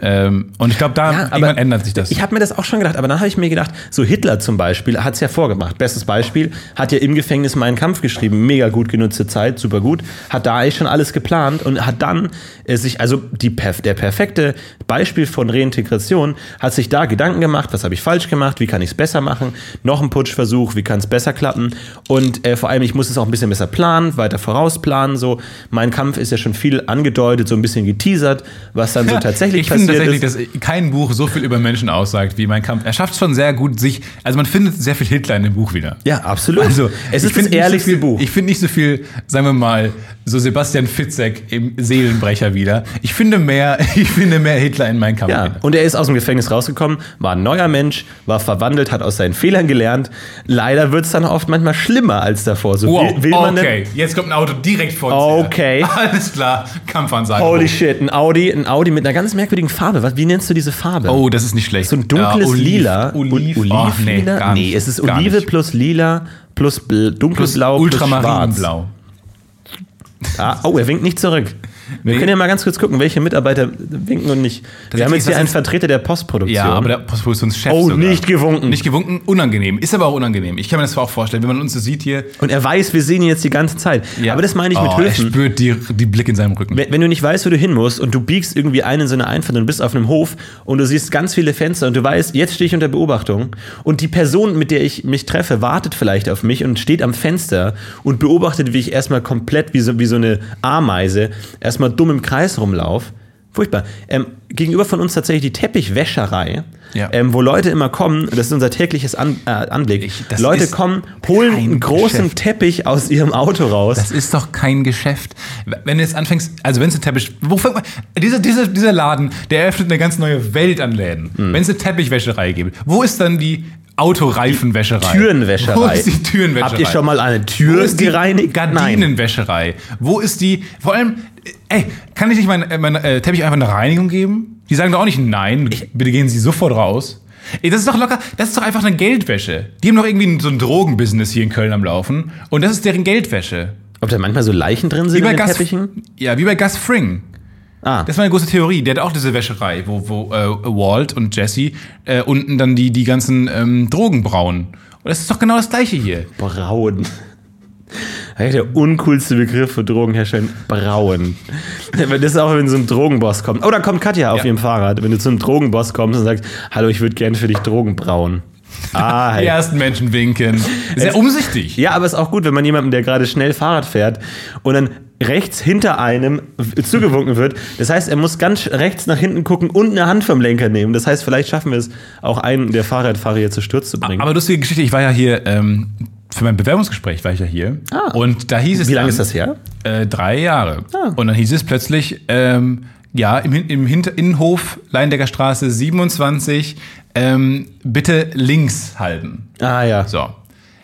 [SPEAKER 2] Ähm, und ich glaube, da
[SPEAKER 1] Ja, aber
[SPEAKER 2] irgendwann ändert sich das.
[SPEAKER 1] Ich habe mir das auch schon gedacht, aber dann habe ich mir gedacht, so Hitler zum Beispiel hat es ja vorgemacht. Bestes Beispiel, hat ja im Gefängnis meinen Kampf geschrieben, mega gut genutzte Zeit, super gut, hat da eigentlich schon alles geplant und hat dann äh, sich, also die, perf- der perfekte Beispiel von Reintegration, hat sich da Gedanken gemacht, was habe ich falsch gemacht, wie kann ich es besser machen, noch ein Putschversuch, wie kann es besser klappen und äh, vor allem, ich muss es auch ein bisschen besser planen, weiter vorausplanen, so. Mein Kampf ist ja schon viel angedeutet, so ein bisschen geteasert, was dann so tatsächlich
[SPEAKER 2] ich finde
[SPEAKER 1] passiert
[SPEAKER 2] tatsächlich,
[SPEAKER 1] ist.
[SPEAKER 2] dass kein Buch so viel über Menschen aussagt wie Mein Kampf. Er schafft es schon sehr gut, sich. Also man findet sehr viel Hitler in dem Buch wieder.
[SPEAKER 1] Ja, absolut.
[SPEAKER 2] Also,
[SPEAKER 1] es
[SPEAKER 2] ich
[SPEAKER 1] ist das
[SPEAKER 2] finde nicht
[SPEAKER 1] ehrlichste
[SPEAKER 2] so viel,
[SPEAKER 1] Buch.
[SPEAKER 2] Ich finde nicht so viel, sagen wir mal, so Sebastian Fitzek im Seelenbrecher wieder. Ich finde mehr, [LAUGHS] ich finde mehr Hitler in meinem Kampf.
[SPEAKER 1] ja,
[SPEAKER 2] wieder.
[SPEAKER 1] und er ist aus dem Gefängnis rausgekommen, war ein neuer Mensch, war verwandelt, hat aus seinen Fehlern gelernt. Leider wird es dann oft manchmal schlimmer als davor. So
[SPEAKER 2] Wow,
[SPEAKER 1] will, will man
[SPEAKER 2] okay.
[SPEAKER 1] denn-
[SPEAKER 2] Jetzt kommt ein Auto direkt vor uns.
[SPEAKER 1] Okay.
[SPEAKER 2] Her. [LAUGHS] Alles klar, Kampfansage.
[SPEAKER 1] Holy shit, ein Audi, ein Audi mit einer ganz merkwürdigen Farbe. Was, wie nennst du diese Farbe?
[SPEAKER 2] Oh, das ist nicht schlecht.
[SPEAKER 1] so ein dunkles
[SPEAKER 2] Oliv-
[SPEAKER 1] Lila.
[SPEAKER 2] Oliv,
[SPEAKER 1] Ol- Oliv
[SPEAKER 2] oh, nee,
[SPEAKER 1] Lila?
[SPEAKER 2] gar nicht.
[SPEAKER 1] nee, es ist
[SPEAKER 2] Gar
[SPEAKER 1] Olive
[SPEAKER 2] nicht.
[SPEAKER 1] plus Lila plus bl dunkles
[SPEAKER 2] plus
[SPEAKER 1] Blau plus Schwarz.
[SPEAKER 2] Ultramarinblau.
[SPEAKER 1] Ah, oh, er winkt nicht zurück. Wir
[SPEAKER 2] Nee.
[SPEAKER 1] können ja mal ganz kurz gucken, welche Mitarbeiter winken und nicht. Wir haben
[SPEAKER 2] Tatsächlich
[SPEAKER 1] jetzt hier
[SPEAKER 2] ist das
[SPEAKER 1] einen
[SPEAKER 2] jetzt-
[SPEAKER 1] Vertreter der Postproduktion.
[SPEAKER 2] Ja, aber der Postproduktionschef
[SPEAKER 1] oh,
[SPEAKER 2] sogar.
[SPEAKER 1] nicht gewunken.
[SPEAKER 2] Nicht gewunken, unangenehm. Ist aber auch unangenehm. Ich kann mir das zwar auch vorstellen, wenn man uns so sieht hier.
[SPEAKER 1] Und er weiß, wir sehen ihn jetzt die ganze Zeit. Aber das meine ich mit
[SPEAKER 2] oh, Er
[SPEAKER 1] Höfen.
[SPEAKER 2] spürt die, die Blick in seinem Rücken.
[SPEAKER 1] Wenn, wenn du nicht weißt, wo du hin musst und du biegst irgendwie einen in so eine Einfahrt und bist auf einem Hof und du siehst ganz viele Fenster und du weißt, jetzt stehe ich unter Beobachtung und die Person, mit der ich mich treffe, wartet vielleicht auf mich und steht am Fenster und beobachtet, wie ich erstmal komplett wie so, wie so eine Ameise erstmal dumm im Kreis rumlaufe. Furchtbar. Ähm, gegenüber von uns tatsächlich die Teppichwäscherei,
[SPEAKER 2] Ja.
[SPEAKER 1] ähm, wo Leute immer kommen, das ist unser tägliches An äh, Anblick.
[SPEAKER 2] Ich- das
[SPEAKER 1] Leute
[SPEAKER 2] ist
[SPEAKER 1] kommen, holen
[SPEAKER 2] kein
[SPEAKER 1] einen großen
[SPEAKER 2] Geschäft.
[SPEAKER 1] Teppich aus ihrem Auto raus.
[SPEAKER 2] Das ist doch kein Geschäft. Wenn du jetzt anfängst, also wenn es ein Teppich, wo fängt man, dieser, dieser, dieser Laden, der eröffnet eine ganz neue Welt an Läden.
[SPEAKER 1] Hm.
[SPEAKER 2] Wenn es eine Teppichwäscherei gibt, wo ist dann die Autoreifenwäscherei?
[SPEAKER 1] Türenwäscherei.
[SPEAKER 2] Wo ist die Türenwäscherei?
[SPEAKER 1] Habt ihr schon mal eine Tür
[SPEAKER 2] Wo ist die
[SPEAKER 1] gereinigt? Nein.
[SPEAKER 2] Gardinenwäscherei? Wo ist die, vor allem, äh, ey, kann ich nicht meinen äh, meinen, äh, Teppich einfach eine Reinigung geben? Die sagen doch auch nicht, nein, bitte gehen Sie sofort raus. Ey, das ist doch locker, das ist doch einfach eine Geldwäsche. Die haben doch irgendwie so ein Drogenbusiness hier in Köln am Laufen und das ist deren Geldwäsche.
[SPEAKER 1] Ob da manchmal so Leichen drin sind
[SPEAKER 2] Wie
[SPEAKER 1] in
[SPEAKER 2] bei
[SPEAKER 1] den
[SPEAKER 2] Gus,
[SPEAKER 1] Teppichen?
[SPEAKER 2] ja, wie bei Gus Fring.
[SPEAKER 1] Ah.
[SPEAKER 2] Das war eine große Theorie. Der hat auch diese Wäscherei, wo, wo äh, Walt und Jesse äh, unten dann die, die ganzen ähm, Drogen brauen. Und das ist doch genau das Gleiche hier.
[SPEAKER 1] Brauen. [LAUGHS] Eigentlich der uncoolste Begriff für Drogenherstellung. Brauen. Wenn das ist auch, wenn so ein Drogenboss kommt. Oh, da kommt Katja auf
[SPEAKER 2] Ja.
[SPEAKER 1] ihrem Fahrrad. Wenn du zu einem Drogenboss kommst und sagst, hallo, ich würde gerne für dich Drogen brauen.
[SPEAKER 2] [LAUGHS]
[SPEAKER 1] Ah, hey.
[SPEAKER 2] Die ersten Menschen winken. Sehr umsichtig.
[SPEAKER 1] Ja, aber ist auch gut, wenn man jemandem, der gerade schnell Fahrrad fährt und dann rechts hinter einem w- zugewunken wird. Das heißt, er muss ganz sch- rechts nach hinten gucken und eine Hand vom Lenker nehmen. Das heißt, vielleicht schaffen wir es, auch einen der Fahrradfahrer hier zur Sturz zu bringen.
[SPEAKER 2] Aber lustige Geschichte, ich war ja hier, ähm, für mein Bewerbungsgespräch war ich ja hier.
[SPEAKER 1] Ah.
[SPEAKER 2] Und da hieß es.
[SPEAKER 1] Wie lange
[SPEAKER 2] dann,
[SPEAKER 1] ist das her?
[SPEAKER 2] Äh, drei Jahre.
[SPEAKER 1] Ah.
[SPEAKER 2] Und dann hieß es plötzlich, ähm, ja, im, Hin- im Hinter Innenhof, Leindecker Straße 27, ähm, bitte links halten.
[SPEAKER 1] ah ja.
[SPEAKER 2] So.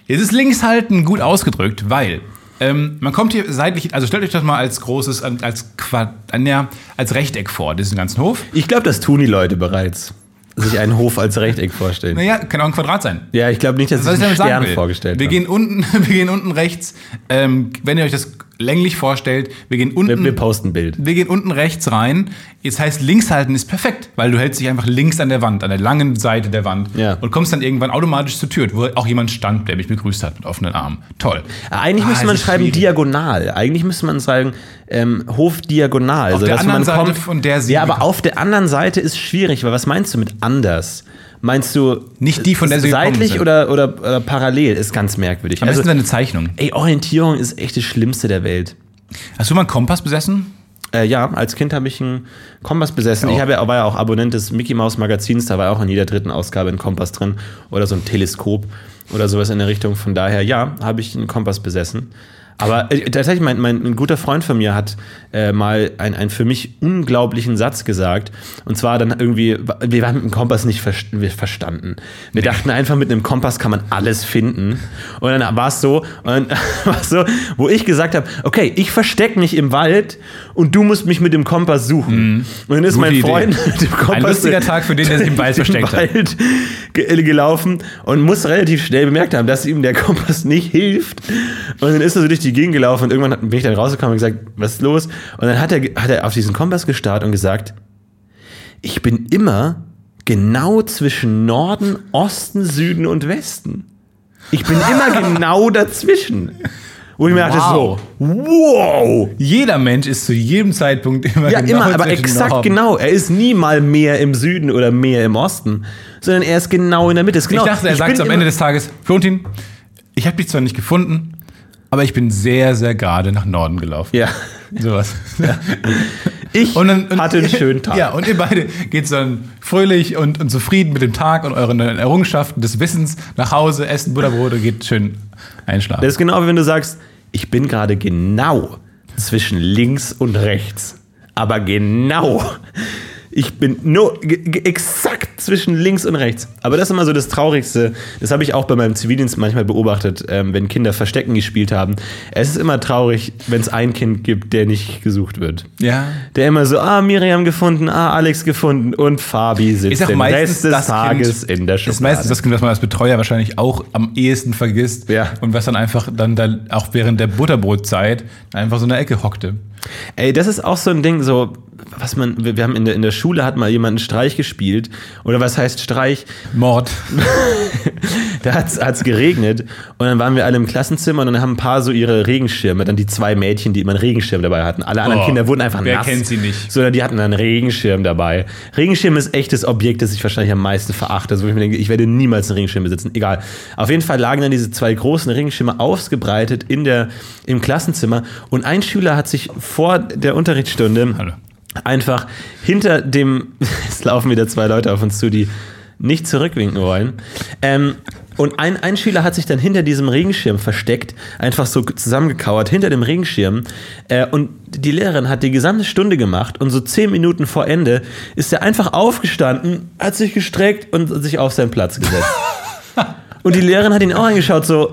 [SPEAKER 2] Jetzt ist links halten gut ausgedrückt, weil ähm, man kommt hier seitlich, also stellt euch das mal als großes, als, Quad, ja, als Rechteck vor, diesen ganzen Hof.
[SPEAKER 1] Ich glaube, das tun die Leute bereits. Sich einen Hof als Rechteck vorstellen.
[SPEAKER 2] Naja, kann auch ein Quadrat sein.
[SPEAKER 1] Ja, ich glaube nicht, dass
[SPEAKER 2] Was
[SPEAKER 1] ich
[SPEAKER 2] ich
[SPEAKER 1] einen
[SPEAKER 2] damit
[SPEAKER 1] Stern
[SPEAKER 2] sagen will,
[SPEAKER 1] vorgestellt
[SPEAKER 2] wir
[SPEAKER 1] habe.
[SPEAKER 2] gehen unten, [LAUGHS] wir gehen unten rechts, ähm, wenn ihr euch das länglich vorstellt, wir gehen unten,
[SPEAKER 1] Wir, wir posten ein Bild.
[SPEAKER 2] wir gehen unten rechts rein. Jetzt heißt links halten ist perfekt, weil du hältst dich einfach links an der Wand, an der langen Seite der Wand
[SPEAKER 1] Ja.
[SPEAKER 2] und kommst dann irgendwann automatisch zur Tür, wo auch jemand stand, der mich begrüßt hat mit offenen Armen. Toll.
[SPEAKER 1] Eigentlich
[SPEAKER 2] Ah,
[SPEAKER 1] müsste
[SPEAKER 2] es
[SPEAKER 1] man
[SPEAKER 2] ist
[SPEAKER 1] schreiben
[SPEAKER 2] schwierig.
[SPEAKER 1] diagonal. Eigentlich müsste man sagen ähm, Hof diagonal.
[SPEAKER 2] Auf der
[SPEAKER 1] sodass
[SPEAKER 2] anderen
[SPEAKER 1] man
[SPEAKER 2] Seite
[SPEAKER 1] kommt,
[SPEAKER 2] von der sie
[SPEAKER 1] Ja, aber auf der anderen Seite ist schwierig, weil was meinst du mit anders? Meinst du
[SPEAKER 2] Nicht die, von der sie gekommen
[SPEAKER 1] seitlich
[SPEAKER 2] sind.
[SPEAKER 1] oder, oder, oder äh, parallel? Ist ganz merkwürdig.
[SPEAKER 2] Am
[SPEAKER 1] Also,
[SPEAKER 2] besten eine Zeichnung.
[SPEAKER 1] ey, Orientierung ist echt das Schlimmste der Welt.
[SPEAKER 2] Hast du mal einen Kompass besessen?
[SPEAKER 1] Äh, ja, als Kind habe ich einen Kompass besessen. Ich habe ja, war ja auch Abonnent des Mickey Mouse Magazins, da war auch in jeder dritten Ausgabe ein Kompass drin oder so ein Teleskop oder sowas in der Richtung. Von daher, ja, habe ich einen Kompass besessen. Aber äh, tatsächlich, mein, mein, ein guter Freund von mir hat äh, mal einen, einen für mich unglaublichen Satz gesagt. Und zwar dann irgendwie, wir waren mit dem Kompass nicht vers wir verstanden. Wir dachten einfach, mit einem Kompass kann man alles finden. Und dann war es so, und [LAUGHS] dann war es so, wo ich gesagt habe, okay, ich verstecke mich im Wald und du musst mich mit dem Kompass suchen. Und dann ist
[SPEAKER 2] Gute
[SPEAKER 1] mein
[SPEAKER 2] Idee.
[SPEAKER 1] Freund [LAUGHS] mit dem Kompass
[SPEAKER 2] Ein lustiger Tag für den, der sich im
[SPEAKER 1] [LAUGHS]
[SPEAKER 2] Wald
[SPEAKER 1] durch den
[SPEAKER 2] versteckt hat.
[SPEAKER 1] Wald ge gelaufen und muss relativ schnell bemerkt haben, dass ihm der Kompass nicht hilft. Und dann ist er so durch die Gegend gelaufen und irgendwann hat- bin ich dann rausgekommen und gesagt, was ist los? Und dann hat er, ge- hat er auf diesen Kompass gestarrt und gesagt, ich bin immer genau zwischen Norden, Osten, Süden und Westen. Ich bin
[SPEAKER 2] [LAUGHS]
[SPEAKER 1] immer genau dazwischen. Wo ich mir dachte
[SPEAKER 2] Wow.
[SPEAKER 1] so, wow.
[SPEAKER 2] Jeder Mensch ist zu jedem Zeitpunkt immer
[SPEAKER 1] Ja,
[SPEAKER 2] genau
[SPEAKER 1] immer, aber
[SPEAKER 2] zwischen
[SPEAKER 1] exakt
[SPEAKER 2] Norden.
[SPEAKER 1] genau. Er ist nie mal mehr im Süden oder mehr im Osten, sondern er ist genau in der Mitte. Ist genau,
[SPEAKER 2] Ich dachte, er sagt
[SPEAKER 1] bin
[SPEAKER 2] am
[SPEAKER 1] immer-
[SPEAKER 2] Ende des Tages, Florentin, ich habe dich zwar nicht gefunden, aber ich bin sehr, sehr gerade nach Norden gelaufen. [LAUGHS]
[SPEAKER 1] Ja, [LAUGHS]
[SPEAKER 2] Sowas.
[SPEAKER 1] ich
[SPEAKER 2] [LAUGHS]
[SPEAKER 1] hatte einen schönen Tag.
[SPEAKER 2] Ja, und ihr beide geht dann fröhlich und, und zufrieden mit dem Tag und euren neuen Errungenschaften des Wissens nach Hause, essen Butterbrot und geht schön einschlafen.
[SPEAKER 1] Das ist genau wie wenn du sagst, ich bin gerade genau zwischen links und rechts. Aber genau. Ich bin nur ge- ge- exakt zwischen links und rechts. Aber das ist immer so das Traurigste. Das habe ich auch bei meinem Zivildienst manchmal beobachtet, ähm, wenn Kinder Verstecken gespielt haben. Es ist immer traurig, wenn es ein Kind gibt, der nicht gesucht wird.
[SPEAKER 2] ja.
[SPEAKER 1] Der immer so, ah, Miriam gefunden, ah, Alex gefunden und Fabi sitzt
[SPEAKER 2] Ist auch
[SPEAKER 1] den
[SPEAKER 2] meistens
[SPEAKER 1] Rest des
[SPEAKER 2] das
[SPEAKER 1] Tages
[SPEAKER 2] kind,
[SPEAKER 1] in der
[SPEAKER 2] Ist
[SPEAKER 1] Schublade.
[SPEAKER 2] meistens das Kind, was man als Betreuer wahrscheinlich auch am ehesten vergisst.
[SPEAKER 1] Ja.
[SPEAKER 2] Und was dann einfach dann da auch während der Butterbrotzeit einfach so in der Ecke hockte.
[SPEAKER 1] Ey, das ist auch so ein Ding, so, was man, wir, wir haben in der, in der Schule hat mal jemand einen Streich gespielt. Oder was heißt Streich? [LAUGHS]
[SPEAKER 2] Mord.
[SPEAKER 1] Da hat's, hat's geregnet. Und dann waren wir alle im Klassenzimmer und dann haben ein paar so ihre Regenschirme, dann die zwei Mädchen, die immer einen Regenschirm dabei hatten. Alle anderen
[SPEAKER 2] Oh,
[SPEAKER 1] Kinder wurden einfach
[SPEAKER 2] wer
[SPEAKER 1] nass.
[SPEAKER 2] kennt sie nicht?
[SPEAKER 1] Sondern die hatten einen Regenschirm dabei. Regenschirm ist echt das Objekt, das ich wahrscheinlich am meisten verachte. Also wo ich mir denke, ich werde niemals einen Regenschirm besitzen. Egal. Auf jeden Fall lagen dann diese zwei großen Regenschirme ausgebreitet in der, im Klassenzimmer. Und ein Schüler hat sich vor der Unterrichtsstunde
[SPEAKER 2] Hallo.
[SPEAKER 1] einfach hinter dem, [LAUGHS] jetzt laufen wieder zwei Leute auf uns zu, die nicht zurückwinken wollen. Ähm, und ein, ein Schüler hat sich dann hinter diesem Regenschirm versteckt, einfach so zusammengekauert, hinter dem Regenschirm. Äh, und die Lehrerin hat die gesamte Stunde gemacht und so zehn Minuten vor Ende ist er einfach aufgestanden, hat sich gestreckt und sich auf seinen Platz gesetzt. und die Lehrerin hat ihn auch angeschaut, so,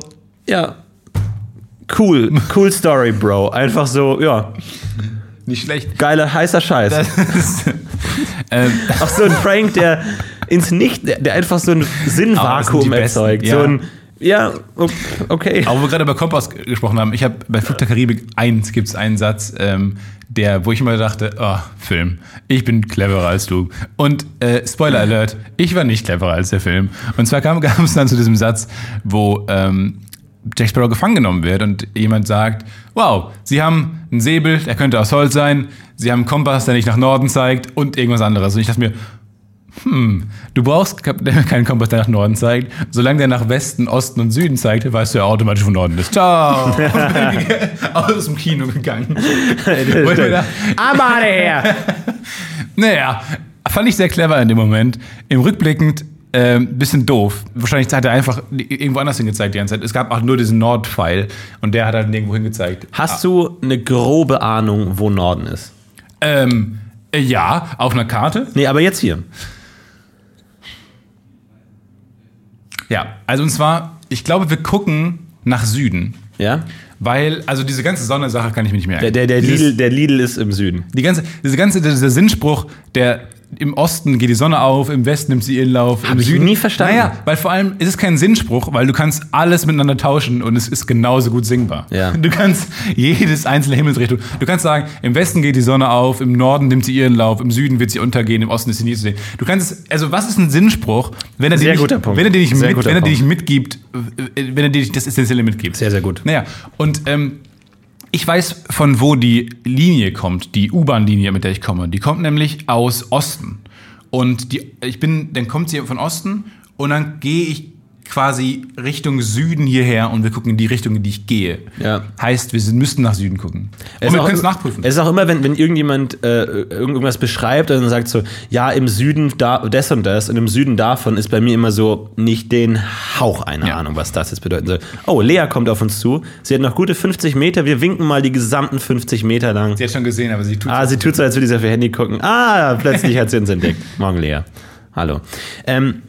[SPEAKER 1] ja, cool, cool Story, Bro. Einfach so, ja,
[SPEAKER 2] Nicht schlecht.
[SPEAKER 1] geiler, heißer Scheiß.
[SPEAKER 2] [LAUGHS] ähm,
[SPEAKER 1] Auch so ein Prank, der ins Nicht, der der einfach so ein
[SPEAKER 2] Aber das sind
[SPEAKER 1] Sinnvakuum
[SPEAKER 2] die Besten,
[SPEAKER 1] erzeugt.
[SPEAKER 2] ja.
[SPEAKER 1] So ein, ja, o- okay.
[SPEAKER 2] Aber wo wir gerade über Kompass g- gesprochen haben, ich habe bei Flug der Karibik 1 gibt es einen Satz, ähm, der, wo ich immer dachte, oh, Film, ich bin cleverer als du. Und äh, Spoiler Alert, ich war nicht cleverer als der Film. Und zwar kam [LAUGHS] kam es dann zu diesem Satz, wo ähm, Jack Sparrow gefangen genommen wird und jemand sagt, wow, sie haben einen Säbel, der könnte aus Holz sein, sie haben einen Kompass, der nicht nach Norden zeigt und irgendwas anderes. Und ich dachte mir, Du brauchst kap- [LAUGHS] keinen Kompass, der nach Norden zeigt. Solange der nach Westen, Osten und Süden zeigt, weißt du ja automatisch, wo Norden ist. Ciao!
[SPEAKER 1] [LAUGHS]
[SPEAKER 2] Und bin ich [LAUGHS] aus dem Kino gegangen. Wo ich mir dachte,
[SPEAKER 1] Aber her!
[SPEAKER 2] naja, fand ich sehr clever in dem Moment. Im Rückblickend ähm, bisschen doof. Wahrscheinlich hat er einfach irgendwo anders hingezeigt die ganze Zeit. Es gab auch nur diesen Nord-Pfeil und der hat halt nirgendwo hingezeigt.
[SPEAKER 1] Hast du eine grobe Ahnung, wo Norden ist?
[SPEAKER 2] Ähm, äh, ja, auf einer Karte.
[SPEAKER 1] Nee, aber jetzt hier.
[SPEAKER 2] Ja, also und zwar Ich glaube, wir gucken nach Süden.
[SPEAKER 1] Ja?
[SPEAKER 2] Weil, also diese ganze Sonne-Sache kann ich mir nicht merken.
[SPEAKER 1] Der, der, der,
[SPEAKER 2] Dieses-
[SPEAKER 1] Lidl, der Lidl ist im Süden.
[SPEAKER 2] Die ganze, diese ganze, dieser Sinnspruch, der im Osten geht die Sonne auf, im Westen nimmt sie ihren Lauf, im
[SPEAKER 1] ich
[SPEAKER 2] Süden.
[SPEAKER 1] nie verstanden.
[SPEAKER 2] Naja, weil vor allem es ist kein Sinnspruch, weil du kannst alles miteinander tauschen und es ist genauso gut singbar.
[SPEAKER 1] Ja.
[SPEAKER 2] Du kannst jedes einzelne Himmelsrichtung. Du kannst sagen, im Westen geht die Sonne auf, im Norden nimmt sie ihren Lauf, im Süden wird sie untergehen, im Osten ist sie nie zu sehen. Du kannst es, also was ist ein Sinnspruch, wenn er dir
[SPEAKER 1] Sehr
[SPEAKER 2] nicht,
[SPEAKER 1] guter Punkt.
[SPEAKER 2] wenn er dir nicht,
[SPEAKER 1] Sehr
[SPEAKER 2] mit,
[SPEAKER 1] guter
[SPEAKER 2] wenn er dir
[SPEAKER 1] Punkt.
[SPEAKER 2] nicht mitgibt, äh, wenn er dir nicht das Essentielle mitgibt.
[SPEAKER 1] Sehr, sehr gut.
[SPEAKER 2] Naja, und ähm, ich weiß, von wo die Linie kommt, die U-Bahn-Linie, mit der ich komme. Die kommt nämlich aus Osten. Und die, ich bin, dann kommt sie von Osten und dann gehe ich quasi Richtung Süden hierher und wir gucken in die Richtung, in die ich gehe.
[SPEAKER 1] Ja.
[SPEAKER 2] Heißt, wir sind, müssten nach Süden gucken. Und
[SPEAKER 1] Es
[SPEAKER 2] wir
[SPEAKER 1] ist auch-
[SPEAKER 2] können es nachprüfen.
[SPEAKER 1] Es ist auch immer, wenn, wenn irgendjemand äh, irgendwas beschreibt und dann sagt so, ja, im Süden da, das und das und im Süden davon ist bei mir immer so nicht den Hauch einer
[SPEAKER 2] Ja.
[SPEAKER 1] Ahnung, was das jetzt bedeuten soll. Oh, Lea kommt auf uns zu. Sie hat noch gute 50 Meter. Wir winken mal die gesamten 50 Meter lang.
[SPEAKER 2] sie hat schon gesehen, aber sie tut
[SPEAKER 1] Ah, sie tut so, als würde sie auf ihr Handy gucken. Ah, plötzlich hat sie uns entdeckt. Morgen, Lea. Hallo. Ähm,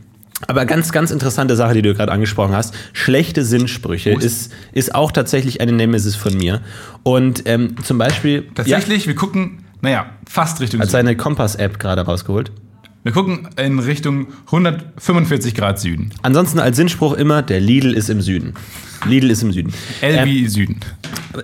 [SPEAKER 1] aber ganz, ganz interessante Sache, die du gerade angesprochen hast. Schlechte Sinnsprüche ist, ist auch tatsächlich eine Nemesis von mir. Und ähm, zum Beispiel.
[SPEAKER 2] Tatsächlich, wir gucken, naja, fast Richtung
[SPEAKER 1] Ja, hat
[SPEAKER 2] Süden.
[SPEAKER 1] seine Kompass-App gerade rausgeholt.
[SPEAKER 2] Wir gucken in Richtung 145 Grad Süden.
[SPEAKER 1] Ansonsten als Sinnspruch immer: der Lidl ist im Süden. Lidl ist im Süden.
[SPEAKER 2] L
[SPEAKER 1] Ähm,
[SPEAKER 2] wie Süden.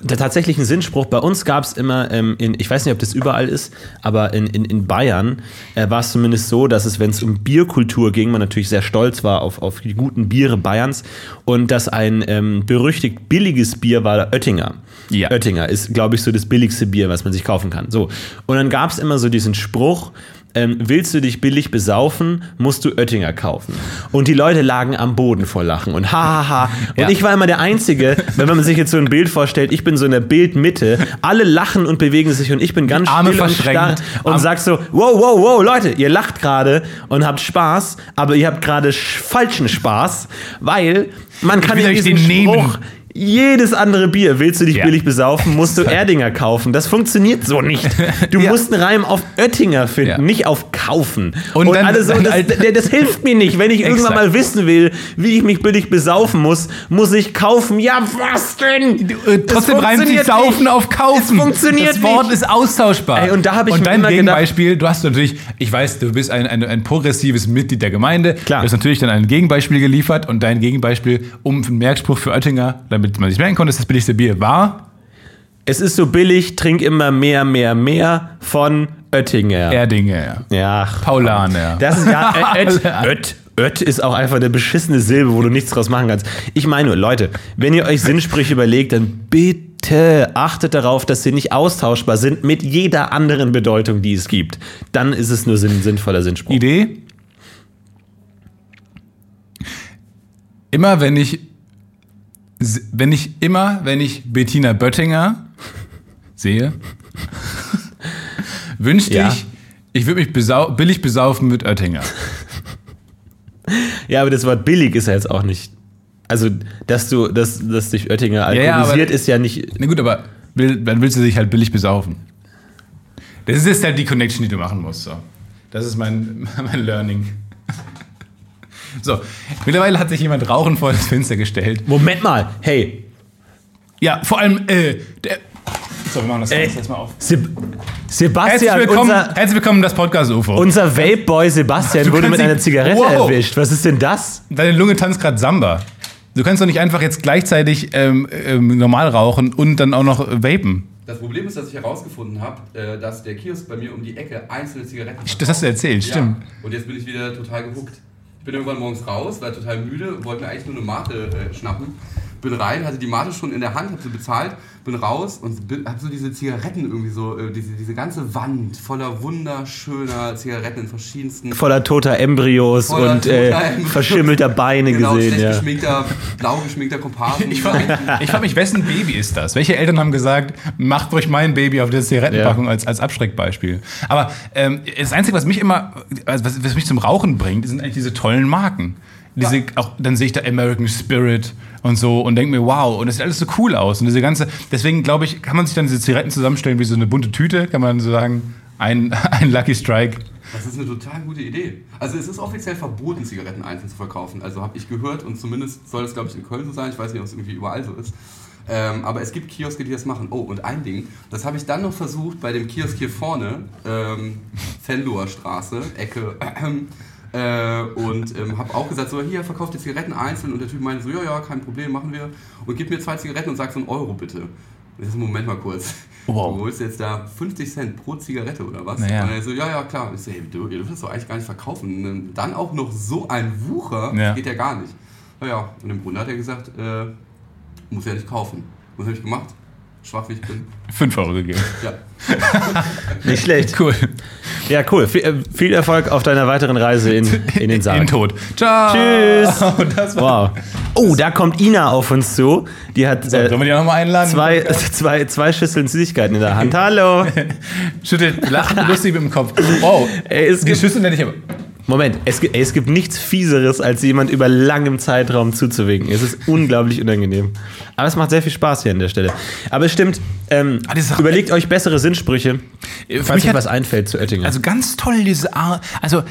[SPEAKER 1] der tatsächlichen Sinnspruch, bei uns gab es immer, ähm, in, ich weiß nicht, ob das überall ist, aber in, in, in Bayern äh, war es zumindest so, dass es, wenn es um Bierkultur ging, man natürlich sehr stolz war auf, auf die guten Biere Bayerns und dass ein ähm, berüchtigt billiges Bier war der Oettinger.
[SPEAKER 2] Ja.
[SPEAKER 1] Oettinger ist, glaube ich, so das billigste Bier, was man sich kaufen kann. So. Und dann gab es immer so diesen Spruch, ähm, willst du dich billig besaufen, musst du Oettinger kaufen. Und die Leute lagen am Boden vor Lachen und hahaha. Und
[SPEAKER 2] Ja.
[SPEAKER 1] ich war immer der Einzige, wenn man sich jetzt so ein Bild vorstellt, ich bin so in der Bildmitte, alle lachen und bewegen sich und ich bin ganz
[SPEAKER 2] Arme
[SPEAKER 1] still und starr
[SPEAKER 2] verschränkt.
[SPEAKER 1] und
[SPEAKER 2] Arme-
[SPEAKER 1] sag so, wow, wow, wow, Leute, ihr lacht gerade und habt Spaß, aber ihr habt gerade sch- falschen Spaß, weil man kann
[SPEAKER 2] will
[SPEAKER 1] ja
[SPEAKER 2] euch
[SPEAKER 1] diesen
[SPEAKER 2] den nehmen.
[SPEAKER 1] Spruch jedes andere Bier willst du dich
[SPEAKER 2] Ja.
[SPEAKER 1] billig besaufen,
[SPEAKER 2] [LAUGHS]
[SPEAKER 1] musst du Erdinger kaufen. Das funktioniert so nicht. Du
[SPEAKER 2] Ja.
[SPEAKER 1] musst einen Reim auf Oettinger finden,
[SPEAKER 2] Ja.
[SPEAKER 1] nicht auf kaufen.
[SPEAKER 2] Und dann- [LAUGHS]
[SPEAKER 1] alle so,
[SPEAKER 2] dann
[SPEAKER 1] das,
[SPEAKER 2] als-
[SPEAKER 1] das, das hilft mir nicht. Wenn ich irgendwann
[SPEAKER 2] Exakt.
[SPEAKER 1] mal wissen will, wie ich mich billig besaufen muss, muss ich kaufen. Ja, was denn?
[SPEAKER 2] Äh,
[SPEAKER 1] Das
[SPEAKER 2] Trotzdem reimt sich
[SPEAKER 1] funktioniert
[SPEAKER 2] Saufen
[SPEAKER 1] nicht.
[SPEAKER 2] auf Kaufen.
[SPEAKER 1] Es funktioniert
[SPEAKER 2] Das Wort
[SPEAKER 1] nicht.
[SPEAKER 2] ist austauschbar.
[SPEAKER 1] Ey, und da hab ich mir
[SPEAKER 2] dein
[SPEAKER 1] immer gedacht-
[SPEAKER 2] Gegenbeispiel, du hast natürlich, ich weiß, du bist ein, ein, ein progressives Mitglied der Gemeinde.
[SPEAKER 1] Klar.
[SPEAKER 2] Du hast natürlich dann ein Gegenbeispiel geliefert und dein Gegenbeispiel um einen Merkspruch für Oettinger, damit man sich merken konnte, dass das billigste Bier war
[SPEAKER 1] Es ist so billig, trink immer mehr, mehr, mehr von Oettinger.
[SPEAKER 2] Erdinger,
[SPEAKER 1] Ja, ach,
[SPEAKER 2] Paulaner.
[SPEAKER 1] Das
[SPEAKER 2] [LAUGHS]
[SPEAKER 1] ist ja. Ö- Öt, öt, öt ist auch einfach eine beschissene Silbe, wo du nichts draus machen kannst. Ich meine nur, Leute, wenn ihr euch Sinnsprüche [LAUGHS] überlegt, dann bitte achtet darauf, dass sie nicht austauschbar sind mit jeder anderen Bedeutung, die es gibt. Dann ist es nur sinn, sinnvoller Sinnspruch.
[SPEAKER 2] Idee? Immer wenn ich, wenn ich, immer wenn ich Bettina Böttinger sehe, [LAUGHS] wünschte
[SPEAKER 1] Ja.
[SPEAKER 2] ich, ich würde mich besau billig besaufen mit Oettinger.
[SPEAKER 1] Ja, aber das Wort billig ist ja jetzt auch nicht. Also, dass du, dass, dass dich Oettinger
[SPEAKER 2] ja, aber-
[SPEAKER 1] alkoholisiert, ist ja nicht.
[SPEAKER 2] Na gut, aber will, dann willst du dich halt billig besaufen. Das ist jetzt halt die Connection, die du machen musst. So. Das ist mein, [LAUGHS] mein Learning. So, mittlerweile hat sich jemand rauchend vor das Fenster gestellt.
[SPEAKER 1] Moment mal, hey,
[SPEAKER 2] Ja, vor allem, äh, der. So, wir machen das
[SPEAKER 1] Ey.
[SPEAKER 2] jetzt mal auf.
[SPEAKER 1] Seb
[SPEAKER 2] Herzlich
[SPEAKER 1] Sebastian,
[SPEAKER 2] willkommen,
[SPEAKER 1] unser,
[SPEAKER 2] herzlich willkommen das Podcast-UFO.
[SPEAKER 1] unser Vape-Boy Sebastian
[SPEAKER 2] Du
[SPEAKER 1] wurde
[SPEAKER 2] kannst
[SPEAKER 1] mit
[SPEAKER 2] ihn-
[SPEAKER 1] einer Zigarette
[SPEAKER 2] Wow.
[SPEAKER 1] erwischt. Was ist denn das?
[SPEAKER 2] Deine Lunge tanzt gerade Samba. Du kannst doch nicht einfach jetzt gleichzeitig ähm, ähm, normal rauchen und dann auch noch äh, vapen.
[SPEAKER 3] Das Problem ist, dass ich herausgefunden habe, äh, dass der Kiosk bei mir um die Ecke einzelne Zigaretten hat.
[SPEAKER 2] Das hast du erzählt, stimmt.
[SPEAKER 3] Und jetzt bin ich wieder total gehuckt. Ich bin irgendwann morgens raus, war total müde, wollte mir eigentlich nur eine Mate äh, schnappen. Bin rein, hatte die Mate schon in der Hand, hab sie bezahlt, bin raus und bin, hab so diese Zigaretten irgendwie so, äh, diese, diese ganze Wand voller wunderschöner Zigaretten in verschiedensten
[SPEAKER 1] voller toter Embryos
[SPEAKER 3] Voller [LAUGHS]
[SPEAKER 1] und äh,
[SPEAKER 3] toter Embryos.
[SPEAKER 1] verschimmelter Beine
[SPEAKER 3] [LAUGHS] genau,
[SPEAKER 1] gesehen.
[SPEAKER 3] schlecht
[SPEAKER 1] Ja.
[SPEAKER 3] geschminkter, blau geschminkter
[SPEAKER 1] [LAUGHS]
[SPEAKER 3] Komparsen.
[SPEAKER 2] Ich frage
[SPEAKER 3] [LAUGHS]
[SPEAKER 2] mich, ich frag mich, wessen Baby ist das? Welche Eltern haben gesagt, macht ruhig mein Baby auf der Zigarettenpackung als, als Abschreckbeispiel? Aber ähm, das Einzige, was mich immer, also was, was mich zum Rauchen bringt, sind eigentlich diese tollen Marken. Diese, auch, dann sehe ich da American Spirit und so und denke mir, wow, und das sieht alles so cool aus. Und diese ganze, deswegen glaube ich, kann man sich dann diese Zigaretten zusammenstellen wie so eine bunte Tüte, kann man so sagen, [LAUGHS] ein, ein Lucky Strike.
[SPEAKER 3] Das ist eine total gute Idee. Also es ist offiziell verboten, Zigaretten einzeln zu verkaufen. Also habe ich gehört und zumindest soll es, glaube ich, in Köln so sein. Ich weiß nicht, ob es irgendwie überall so ist. Ähm, aber es gibt Kioske, die das machen. Oh, und ein Ding, das habe ich dann noch versucht bei dem Kiosk hier vorne, ähm, Fenloer Straße, Ecke, [CLEARS THROAT] äh, und ähm, habe auch gesagt, so hier, verkauft die Zigaretten einzeln. Und der Typ meinte so, ja, ja, kein Problem, machen wir. Und gib mir zwei Zigaretten und sag so einen Euro bitte. Und ich so, Moment mal kurz.
[SPEAKER 2] Wow.
[SPEAKER 3] Du holst jetzt da 50 Cent pro Zigarette oder was?
[SPEAKER 2] Naja.
[SPEAKER 3] Und er so, ja, ja, klar. Ich so, hey, du, ihr dürft das doch eigentlich gar nicht verkaufen. Und Dann auch noch so ein Wucher,
[SPEAKER 2] Ja.
[SPEAKER 3] geht ja gar nicht. Naja, und im Grunde hat er gesagt, äh, muss ja nicht kaufen. Was habe ich gemacht? Schwach wie ich bin.
[SPEAKER 2] 5 Euro gegeben.
[SPEAKER 3] Ja.
[SPEAKER 1] Nicht schlecht.
[SPEAKER 2] Cool.
[SPEAKER 1] Ja, cool. Viel, äh, viel Erfolg auf deiner weiteren Reise in, in
[SPEAKER 2] [LAUGHS]
[SPEAKER 1] den
[SPEAKER 2] In
[SPEAKER 1] Sarg.
[SPEAKER 2] Tod. Ciao. [LAUGHS]
[SPEAKER 1] Tschüss.
[SPEAKER 2] Das war
[SPEAKER 1] Wow. Oh, da kommt Ina auf uns zu. Die hat
[SPEAKER 2] Sollen
[SPEAKER 1] äh,
[SPEAKER 2] wir die auch nochmal einladen?
[SPEAKER 1] [LAUGHS] zwei, zwei, zwei Schüsseln Süßigkeiten in der Hand. Hallo.
[SPEAKER 2] Schüttelt lachend lustig mit dem Kopf. Wow.
[SPEAKER 1] Ey, es
[SPEAKER 2] Die
[SPEAKER 1] gibt-
[SPEAKER 2] Schüssel nenne ich aber.
[SPEAKER 1] Moment, es, gi- es gibt nichts Fieseres, als jemand über langem Zeitraum zuzuwinken. Es ist unglaublich unangenehm. Aber es macht sehr viel Spaß hier an der Stelle. Aber es stimmt, ähm,
[SPEAKER 2] Ah, das ist auch-
[SPEAKER 1] überlegt euch bessere Sinnsprüche,
[SPEAKER 2] Für
[SPEAKER 1] falls
[SPEAKER 2] mich
[SPEAKER 1] euch
[SPEAKER 2] hat-
[SPEAKER 1] was einfällt zu Oettinger.
[SPEAKER 2] Also ganz toll diese Ar Also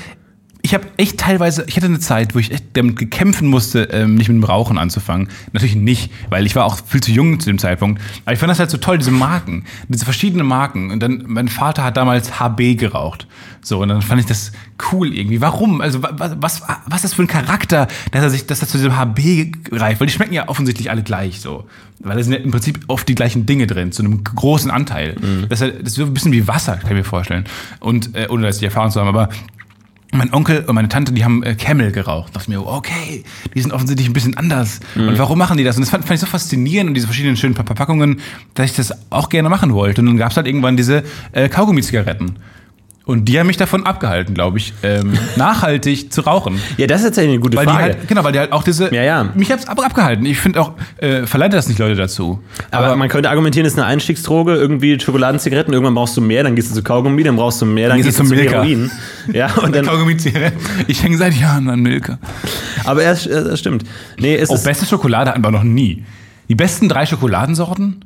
[SPEAKER 2] ich habe echt teilweise, ich hatte eine Zeit, wo ich echt damit gekämpfen musste, ähm, nicht mit dem Rauchen anzufangen. Natürlich nicht, weil ich war auch viel zu jung zu dem Zeitpunkt. Aber ich fand das halt so toll, diese Marken, diese verschiedenen Marken. Und dann, mein Vater hat damals HB geraucht. So, und dann fand ich das cool irgendwie. Warum? Also wa- wa- was, was ist das für ein Charakter, dass er sich, dass er zu diesem HB greift? Weil die schmecken ja offensichtlich alle gleich so. Weil da sind ja im Prinzip oft die gleichen Dinge drin, zu einem großen Anteil. Das, ist ja- das ist so ein bisschen wie Wasser, kann ich mir vorstellen. Und äh, ohne dass ich die Erfahrung zu haben, aber mein Onkel und meine Tante, die haben äh, Camel geraucht. Dachte mir, oh, okay, die sind offensichtlich ein bisschen anders. Und warum machen die das? Und das fand, fand ich so faszinierend und diese verschiedenen schönen Pa- Verpackungen, dass ich das auch gerne machen wollte. Und dann gab es halt irgendwann diese äh, Kaugummi-Zigaretten. Und die haben mich davon abgehalten, glaube ich,
[SPEAKER 1] [LAUGHS]
[SPEAKER 2] ähm, nachhaltig zu rauchen.
[SPEAKER 1] ja, das ist tatsächlich eine gute
[SPEAKER 2] Weil die
[SPEAKER 1] Frage.
[SPEAKER 2] halt, genau, weil die halt auch diese.
[SPEAKER 1] Ja, ja.
[SPEAKER 2] Mich hab's ab, abgehalten. Ich finde auch, äh, verleitet das nicht Leute dazu. [LAUGHS]
[SPEAKER 1] aber, man könnte argumentieren, es ist eine Einstiegsdroge, irgendwie Schokoladenzigaretten, irgendwann brauchst du mehr, dann gehst du zu Kaugummi, dann brauchst du mehr, dann, gehst du zu
[SPEAKER 2] Milka.
[SPEAKER 1] Heroin. Ja,
[SPEAKER 2] [LAUGHS]
[SPEAKER 1] und dann,
[SPEAKER 2] Kaugummi-Zigaretten. Ich hänge seit Jahren an Milka.
[SPEAKER 1] aber es äh, es stimmt. Nee, es
[SPEAKER 2] Oh,
[SPEAKER 1] ist,
[SPEAKER 2] beste Schokolade hatten wir noch nie. Die besten drei Schokoladensorten?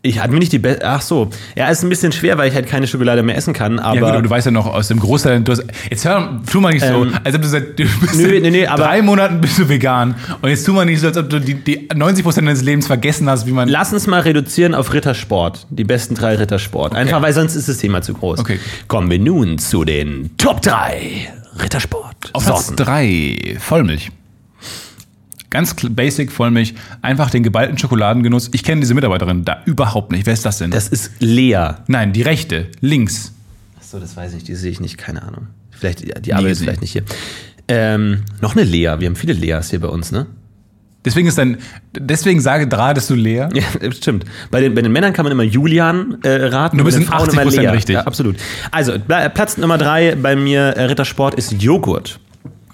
[SPEAKER 1] ich hatte mir nicht die beste, ach so. Ja, es ist ein bisschen schwer, weil ich halt keine Schokolade mehr essen kann, aber...
[SPEAKER 2] Ja gut, aber du weißt ja noch aus dem Großteil, du hast, jetzt hör, tu mal nicht so,
[SPEAKER 1] Ähm,
[SPEAKER 2] als ob du seit du bist
[SPEAKER 1] nö,
[SPEAKER 2] in
[SPEAKER 1] nö, nö, aber-
[SPEAKER 2] drei Monaten bist du vegan und jetzt tu mal nicht so, als ob du die, die 90% deines Lebens vergessen hast, wie man...
[SPEAKER 1] Lass uns mal reduzieren auf Rittersport. Die besten drei Rittersport. Einfach, weil sonst ist das Thema zu groß.
[SPEAKER 2] Okay.
[SPEAKER 1] Kommen wir nun zu den Top 3 Rittersport.
[SPEAKER 2] Auf Platz 3, Vollmilch. Ganz kl- basic Vollmilch, einfach den geballten Schokoladengenuss. Ich kenne diese Mitarbeiterin da überhaupt nicht. Wer ist das denn?
[SPEAKER 1] Das ist Lea.
[SPEAKER 2] Nein, die rechte, links.
[SPEAKER 1] Achso, das weiß ich. Die sehe ich nicht. Keine Ahnung. Vielleicht, die- die arbeitet
[SPEAKER 2] gesehen.
[SPEAKER 1] vielleicht nicht hier. Ähm, noch eine Lea. Wir haben viele Leas hier bei uns, ne? [LAUGHS]
[SPEAKER 2] Deswegen ist dein, deswegen sage drei, dass du leer.
[SPEAKER 1] Ja, stimmt. Bei den, bei den Männern kann man immer Julian äh, raten.
[SPEAKER 2] Du
[SPEAKER 1] bei
[SPEAKER 2] bist
[SPEAKER 1] den
[SPEAKER 2] in 80% richtig.
[SPEAKER 1] Ja, absolut. Also, Pla- Platz Nummer 3 bei mir, äh, Rittersport, ist Joghurt.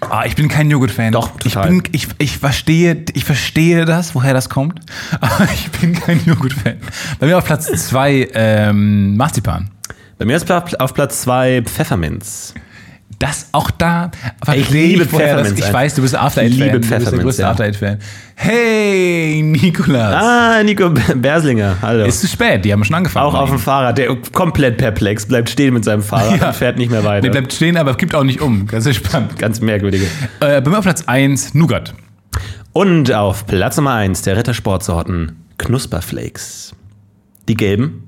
[SPEAKER 2] Ah, ich bin kein Joghurt-Fan.
[SPEAKER 1] Doch, total.
[SPEAKER 2] Ich, bin, ich, ich, verstehe, ich verstehe das, woher das kommt, [LAUGHS] aber ich bin kein Joghurt-Fan. Bei mir auf Platz zwei ähm, Marzipan.
[SPEAKER 1] Bei mir ist Pla- auf Platz 2 Pfefferminz.
[SPEAKER 2] Das auch da. verstehe
[SPEAKER 1] Ich liebe
[SPEAKER 2] woher das-
[SPEAKER 1] Pfefferminz
[SPEAKER 2] Ich
[SPEAKER 1] einfach.
[SPEAKER 2] weiß, du bist ein After Eight
[SPEAKER 1] Ich
[SPEAKER 2] Fan.
[SPEAKER 1] liebe
[SPEAKER 2] Du bist der
[SPEAKER 1] Pfefferminz,
[SPEAKER 2] größte
[SPEAKER 1] ja.
[SPEAKER 2] After Eight Fan. Hey, Nikolas.
[SPEAKER 1] Ah, Nico Berslinger. Hallo.
[SPEAKER 2] Ist zu spät, die haben schon angefangen.
[SPEAKER 1] Auch auf dem Fahrrad, der komplett perplex, bleibt stehen mit seinem
[SPEAKER 2] [LAUGHS]
[SPEAKER 1] Fahrrad
[SPEAKER 2] Ja.
[SPEAKER 1] und fährt nicht mehr
[SPEAKER 2] Der
[SPEAKER 1] weiter.
[SPEAKER 2] bleibt stehen, aber kippt auch nicht um. Ganz spannend.
[SPEAKER 1] Ganz merkwürdige.
[SPEAKER 2] Äh, bei mir auf Platz eins Nougat.
[SPEAKER 1] Und auf Platz Nummer 1 der Rittersportsorten Knusperflakes. Die gelben?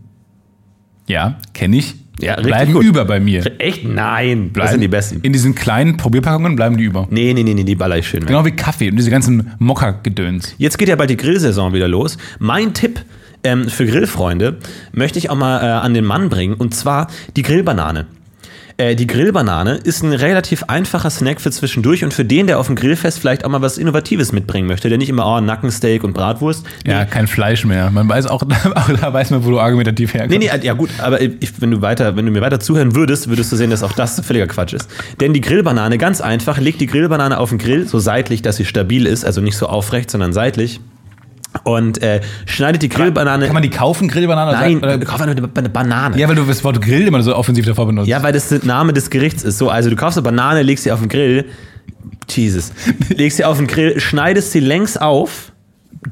[SPEAKER 2] Ja, kenne ich.
[SPEAKER 1] Ja, richtig
[SPEAKER 2] bleiben
[SPEAKER 1] gut.
[SPEAKER 2] über bei mir.
[SPEAKER 1] Echt? Nein. Das
[SPEAKER 2] Bleiben-
[SPEAKER 1] sind die besten.
[SPEAKER 2] In diesen kleinen Probierpackungen bleiben die über.
[SPEAKER 1] Nee, nee, nee, nee, die baller ich schön weg.
[SPEAKER 2] Genau wie Kaffee und diese ganzen Mokka-Gedöns.
[SPEAKER 1] Jetzt geht ja bald die Grillsaison wieder los. Mein Tipp ähm, für Grillfreunde möchte ich auch mal äh, an den Mann bringen und zwar die Grillbanane. Äh, die Grillbanane ist ein relativ einfacher Snack für zwischendurch und für den, der auf dem Grillfest vielleicht auch mal was Innovatives mitbringen möchte, der nicht immer oh, Nackensteak und Bratwurst.
[SPEAKER 2] Ja, kein Fleisch mehr. Man weiß auch, [LAUGHS] auch da weiß man, wo du argumentativ herkommst.
[SPEAKER 1] Nee, nee, ja gut, aber ich, wenn, du weiter, wenn du mir weiter zuhören würdest, würdest du sehen, dass auch das völliger Quatsch ist. Denn die Grillbanane, ganz einfach, leg die Grillbanane auf den Grill, so seitlich, dass sie stabil ist, also nicht so aufrecht, sondern seitlich. Und äh, schneidet die Grillbanane
[SPEAKER 2] Kann man die kaufen, Grillbanane? oder-
[SPEAKER 1] Nein,
[SPEAKER 2] Oder,
[SPEAKER 1] du kaufst eine, eine Banane. Ja.
[SPEAKER 2] ja, weil du das Wort Grill immer so offensiv davor benutzt.
[SPEAKER 1] weil das der Name des Gerichts ist. So, also du kaufst eine Banane, legst sie auf den Grill. Jesus. Legst sie auf den Grill, schneidest sie längs auf,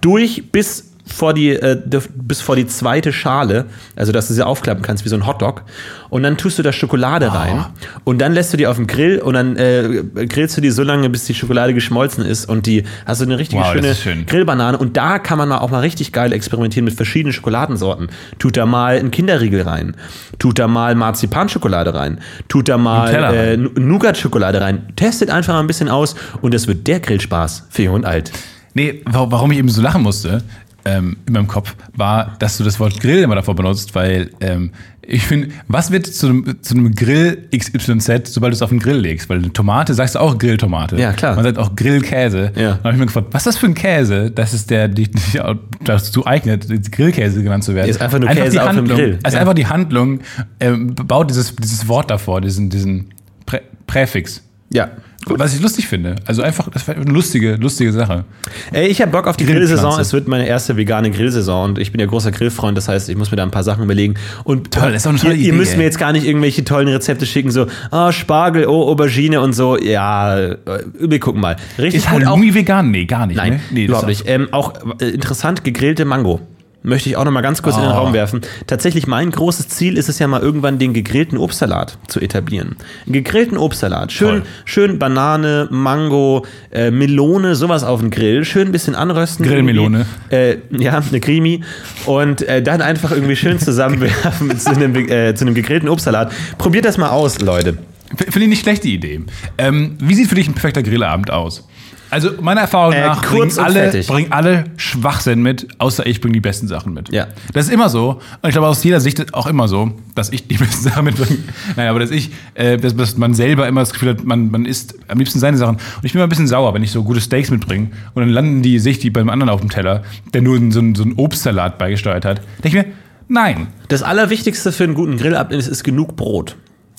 [SPEAKER 1] durch bis vor die, äh, def- bis vor die zweite Schale, also dass du sie aufklappen kannst wie so ein Hotdog. Und dann tust du da Schokolade
[SPEAKER 2] Ah.
[SPEAKER 1] rein und dann lässt du die auf dem Grill und dann äh, grillst du die so lange, bis die Schokolade geschmolzen ist und die hast du eine richtige
[SPEAKER 2] Wow, das
[SPEAKER 1] schöne
[SPEAKER 2] ist schön.
[SPEAKER 1] Grillbanane. Und da kann man mal auch mal richtig geil experimentieren mit verschiedenen Schokoladensorten. Tut da mal einen Kinderriegel rein, tut da mal Marzipanschokolade rein, tut da mal
[SPEAKER 2] Nutella rein.
[SPEAKER 1] äh, Nu- Nougat-Schokolade rein. Testet einfach mal ein bisschen aus und es wird der Grillspaß für jung und alt.
[SPEAKER 2] Nee, wa- warum ich eben so lachen musste ähm, in meinem Kopf, war, dass du das Wort Grill immer davor benutzt, weil ähm, ich finde, was wird zu einem, zu einem Grill XYZ, sobald du es auf den Grill legst? Weil eine Tomate sagst du auch Grilltomate.
[SPEAKER 1] Ja, klar.
[SPEAKER 2] Man sagt auch Grillkäse.
[SPEAKER 1] Ja.
[SPEAKER 2] Dann habe ich mir gefragt, was ist das für ein Käse, dass es der dich dich auch dazu eignet, Grillkäse genannt zu werden?
[SPEAKER 1] Ist einfach nur Käse
[SPEAKER 2] die
[SPEAKER 1] auf einem
[SPEAKER 2] Handlung,
[SPEAKER 1] Grill.
[SPEAKER 2] Also
[SPEAKER 1] Ja.
[SPEAKER 2] einfach die Handlung ähm, baut dieses, dieses Wort davor, diesen, diesen Prä Präfix.
[SPEAKER 1] Ja.
[SPEAKER 2] Was ich lustig finde. Also einfach, das war eine lustige, lustige Sache.
[SPEAKER 1] Ey, ich habe Bock auf die
[SPEAKER 2] Grillpflanze.
[SPEAKER 1] Grillsaison. Es wird meine erste vegane Grillsaison und ich bin ja großer Grillfreund. Das heißt, ich muss mir da ein paar Sachen überlegen. Und
[SPEAKER 2] Toll, das ist auch eine tolle
[SPEAKER 1] ihr, ihr
[SPEAKER 2] Idee,
[SPEAKER 1] müsst
[SPEAKER 2] ey.
[SPEAKER 1] mir jetzt gar nicht irgendwelche tollen Rezepte schicken, so ah, Spargel, oh, Aubergine und so. Ja, äh, wir gucken mal. Richtig
[SPEAKER 2] Ist halt Halloumi vegan? Nee, gar nicht.
[SPEAKER 1] halt Nein,
[SPEAKER 2] ne? nee,
[SPEAKER 1] überhaupt
[SPEAKER 2] das ist
[SPEAKER 1] nicht. Ähm, auch äh, interessant, gegrillte Mango. Möchte ich auch noch mal ganz kurz in den
[SPEAKER 2] Oh.
[SPEAKER 1] Raum werfen. Tatsächlich, mein großes Ziel ist es ja mal irgendwann, den gegrillten Obstsalat zu etablieren. Einen gegrillten Obstsalat. Schön,
[SPEAKER 2] Toll.
[SPEAKER 1] schön Banane, Mango, äh, Melone, sowas auf den Grill. Schön ein bisschen anrösten.
[SPEAKER 2] Grillmelone.
[SPEAKER 1] irgendwie. Äh, ja, eine Krimi. Und äh, dann einfach
[SPEAKER 2] [LAUGHS]
[SPEAKER 1] irgendwie schön zusammenwerfen mit zu einem, äh, zu einem gegrillten Obstsalat. Probiert das mal aus, Leute.
[SPEAKER 2] F- Finde ich nicht schlechte Idee. Ähm, wie sieht für dich ein perfekter Grillabend aus? Also meiner Erfahrung
[SPEAKER 1] Äh,
[SPEAKER 2] nach
[SPEAKER 1] kurz
[SPEAKER 2] bringen
[SPEAKER 1] und
[SPEAKER 2] alle,
[SPEAKER 1] fertig.
[SPEAKER 2] bringen alle Schwachsinn mit, außer ich bringe die besten Sachen mit.
[SPEAKER 1] Ja.
[SPEAKER 2] Das ist immer so. Und ich glaube aus jeder Sicht auch immer so, dass ich die [LAUGHS] besten Sachen mitbringe. Nein, aber dass ich, äh, dass, dass man selber immer das Gefühl hat, man, man isst am liebsten seine Sachen. Und ich bin immer ein bisschen sauer, wenn ich so gute Steaks mitbringe und dann landen die sich die beim anderen auf dem Teller, der nur so einen so einen Obstsalat beigesteuert hat. Denke ich mir, nein.
[SPEAKER 1] Das Allerwichtigste für einen guten Grillabend ist, ist genug Brot.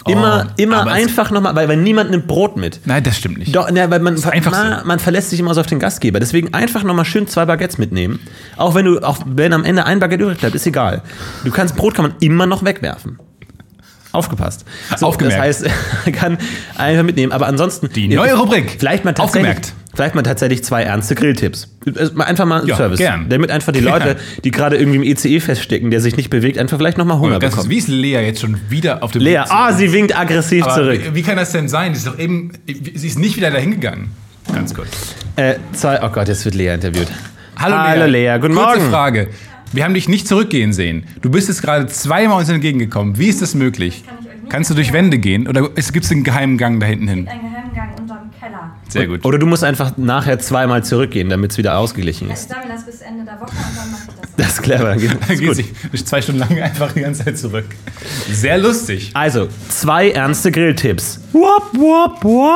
[SPEAKER 1] Immer, immer
[SPEAKER 2] Oh, aber es-
[SPEAKER 1] einfach nochmal, weil, weil niemand nimmt Brot mit.
[SPEAKER 2] Nein, das stimmt nicht.
[SPEAKER 1] Doch, na, weil man,
[SPEAKER 2] einfach
[SPEAKER 1] man, man verlässt sich immer so auf den Gastgeber. Deswegen einfach nochmal schön zwei Baguettes mitnehmen. Auch wenn du, auch wenn am Ende ein Baguette übrig bleibt, ist egal. Du kannst Brot kann man immer noch wegwerfen. Aufgepasst. So,
[SPEAKER 2] Aufgemerkt.
[SPEAKER 1] Das heißt, [LAUGHS] man kann einfach mitnehmen. Aber ansonsten.
[SPEAKER 2] Die neue Rubrik.
[SPEAKER 1] Vielleicht mal tatsächlich,
[SPEAKER 2] Aufgemerkt.
[SPEAKER 1] Vielleicht mal tatsächlich zwei ernste Grilltipps. Also mal Einfach mal ein
[SPEAKER 2] Ja,
[SPEAKER 1] Service.
[SPEAKER 2] gern.
[SPEAKER 1] Damit einfach die
[SPEAKER 2] Gern.
[SPEAKER 1] Leute, die gerade irgendwie im ECE feststecken, der sich nicht bewegt, einfach vielleicht nochmal Hunger
[SPEAKER 2] das ist,
[SPEAKER 1] bekommen.
[SPEAKER 2] wie ist Lea jetzt schon wieder auf dem
[SPEAKER 1] Lea,
[SPEAKER 2] Weg zu-
[SPEAKER 1] ah, sie winkt aggressiv
[SPEAKER 2] Aber
[SPEAKER 1] zurück.
[SPEAKER 2] Wie, wie kann das denn sein? Die ist doch eben, sie ist nicht wieder dahin gegangen. Ganz kurz.
[SPEAKER 1] Äh, zwei, oh Gott, jetzt wird Lea interviewt.
[SPEAKER 2] Hallo,
[SPEAKER 1] Hallo Lea, guten
[SPEAKER 2] Kurze
[SPEAKER 1] Morgen.
[SPEAKER 2] Frage. Wir haben dich nicht zurückgehen sehen. Du bist jetzt gerade zweimal uns entgegengekommen. Wie ist das möglich?
[SPEAKER 4] kann ich euch nicht
[SPEAKER 2] Kannst du durch Wände gehen oder es gibt einen geheimen Gang da hinten hin?
[SPEAKER 4] einen Geheimgang unterm Keller.
[SPEAKER 2] Sehr [LAUGHS] gut.
[SPEAKER 1] Oder du musst einfach nachher zweimal zurückgehen, damit es wieder ausgeglichen ist.
[SPEAKER 4] Ich sammle das Also, bis Ende der Woche und dann mache ich das.
[SPEAKER 1] Das ist clever.
[SPEAKER 2] [LAUGHS] Dann
[SPEAKER 1] Ist
[SPEAKER 2] geht
[SPEAKER 1] gut.
[SPEAKER 2] sie durch zwei Stunden lang einfach die ganze Zeit zurück. Sehr lustig.
[SPEAKER 1] Also, zwei ernste Grilltipps. Wop, wop, wop.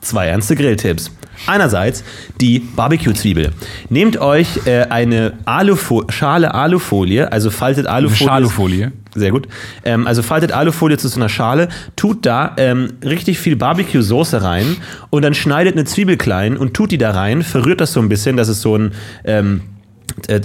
[SPEAKER 1] Zwei ernste Grilltipps. Einerseits die Barbecue-Zwiebel. Nehmt euch äh, eine Alufo Schale Alufolie, also faltet Alufolie.
[SPEAKER 2] Schalufolie.
[SPEAKER 1] Sehr gut. Ähm, also faltet Alufolie zu so einer Schale, tut da ähm, richtig viel Barbecue-Soße rein und dann schneidet eine Zwiebel klein und tut die da rein, verrührt das so ein bisschen, dass es so ein ähm, äh,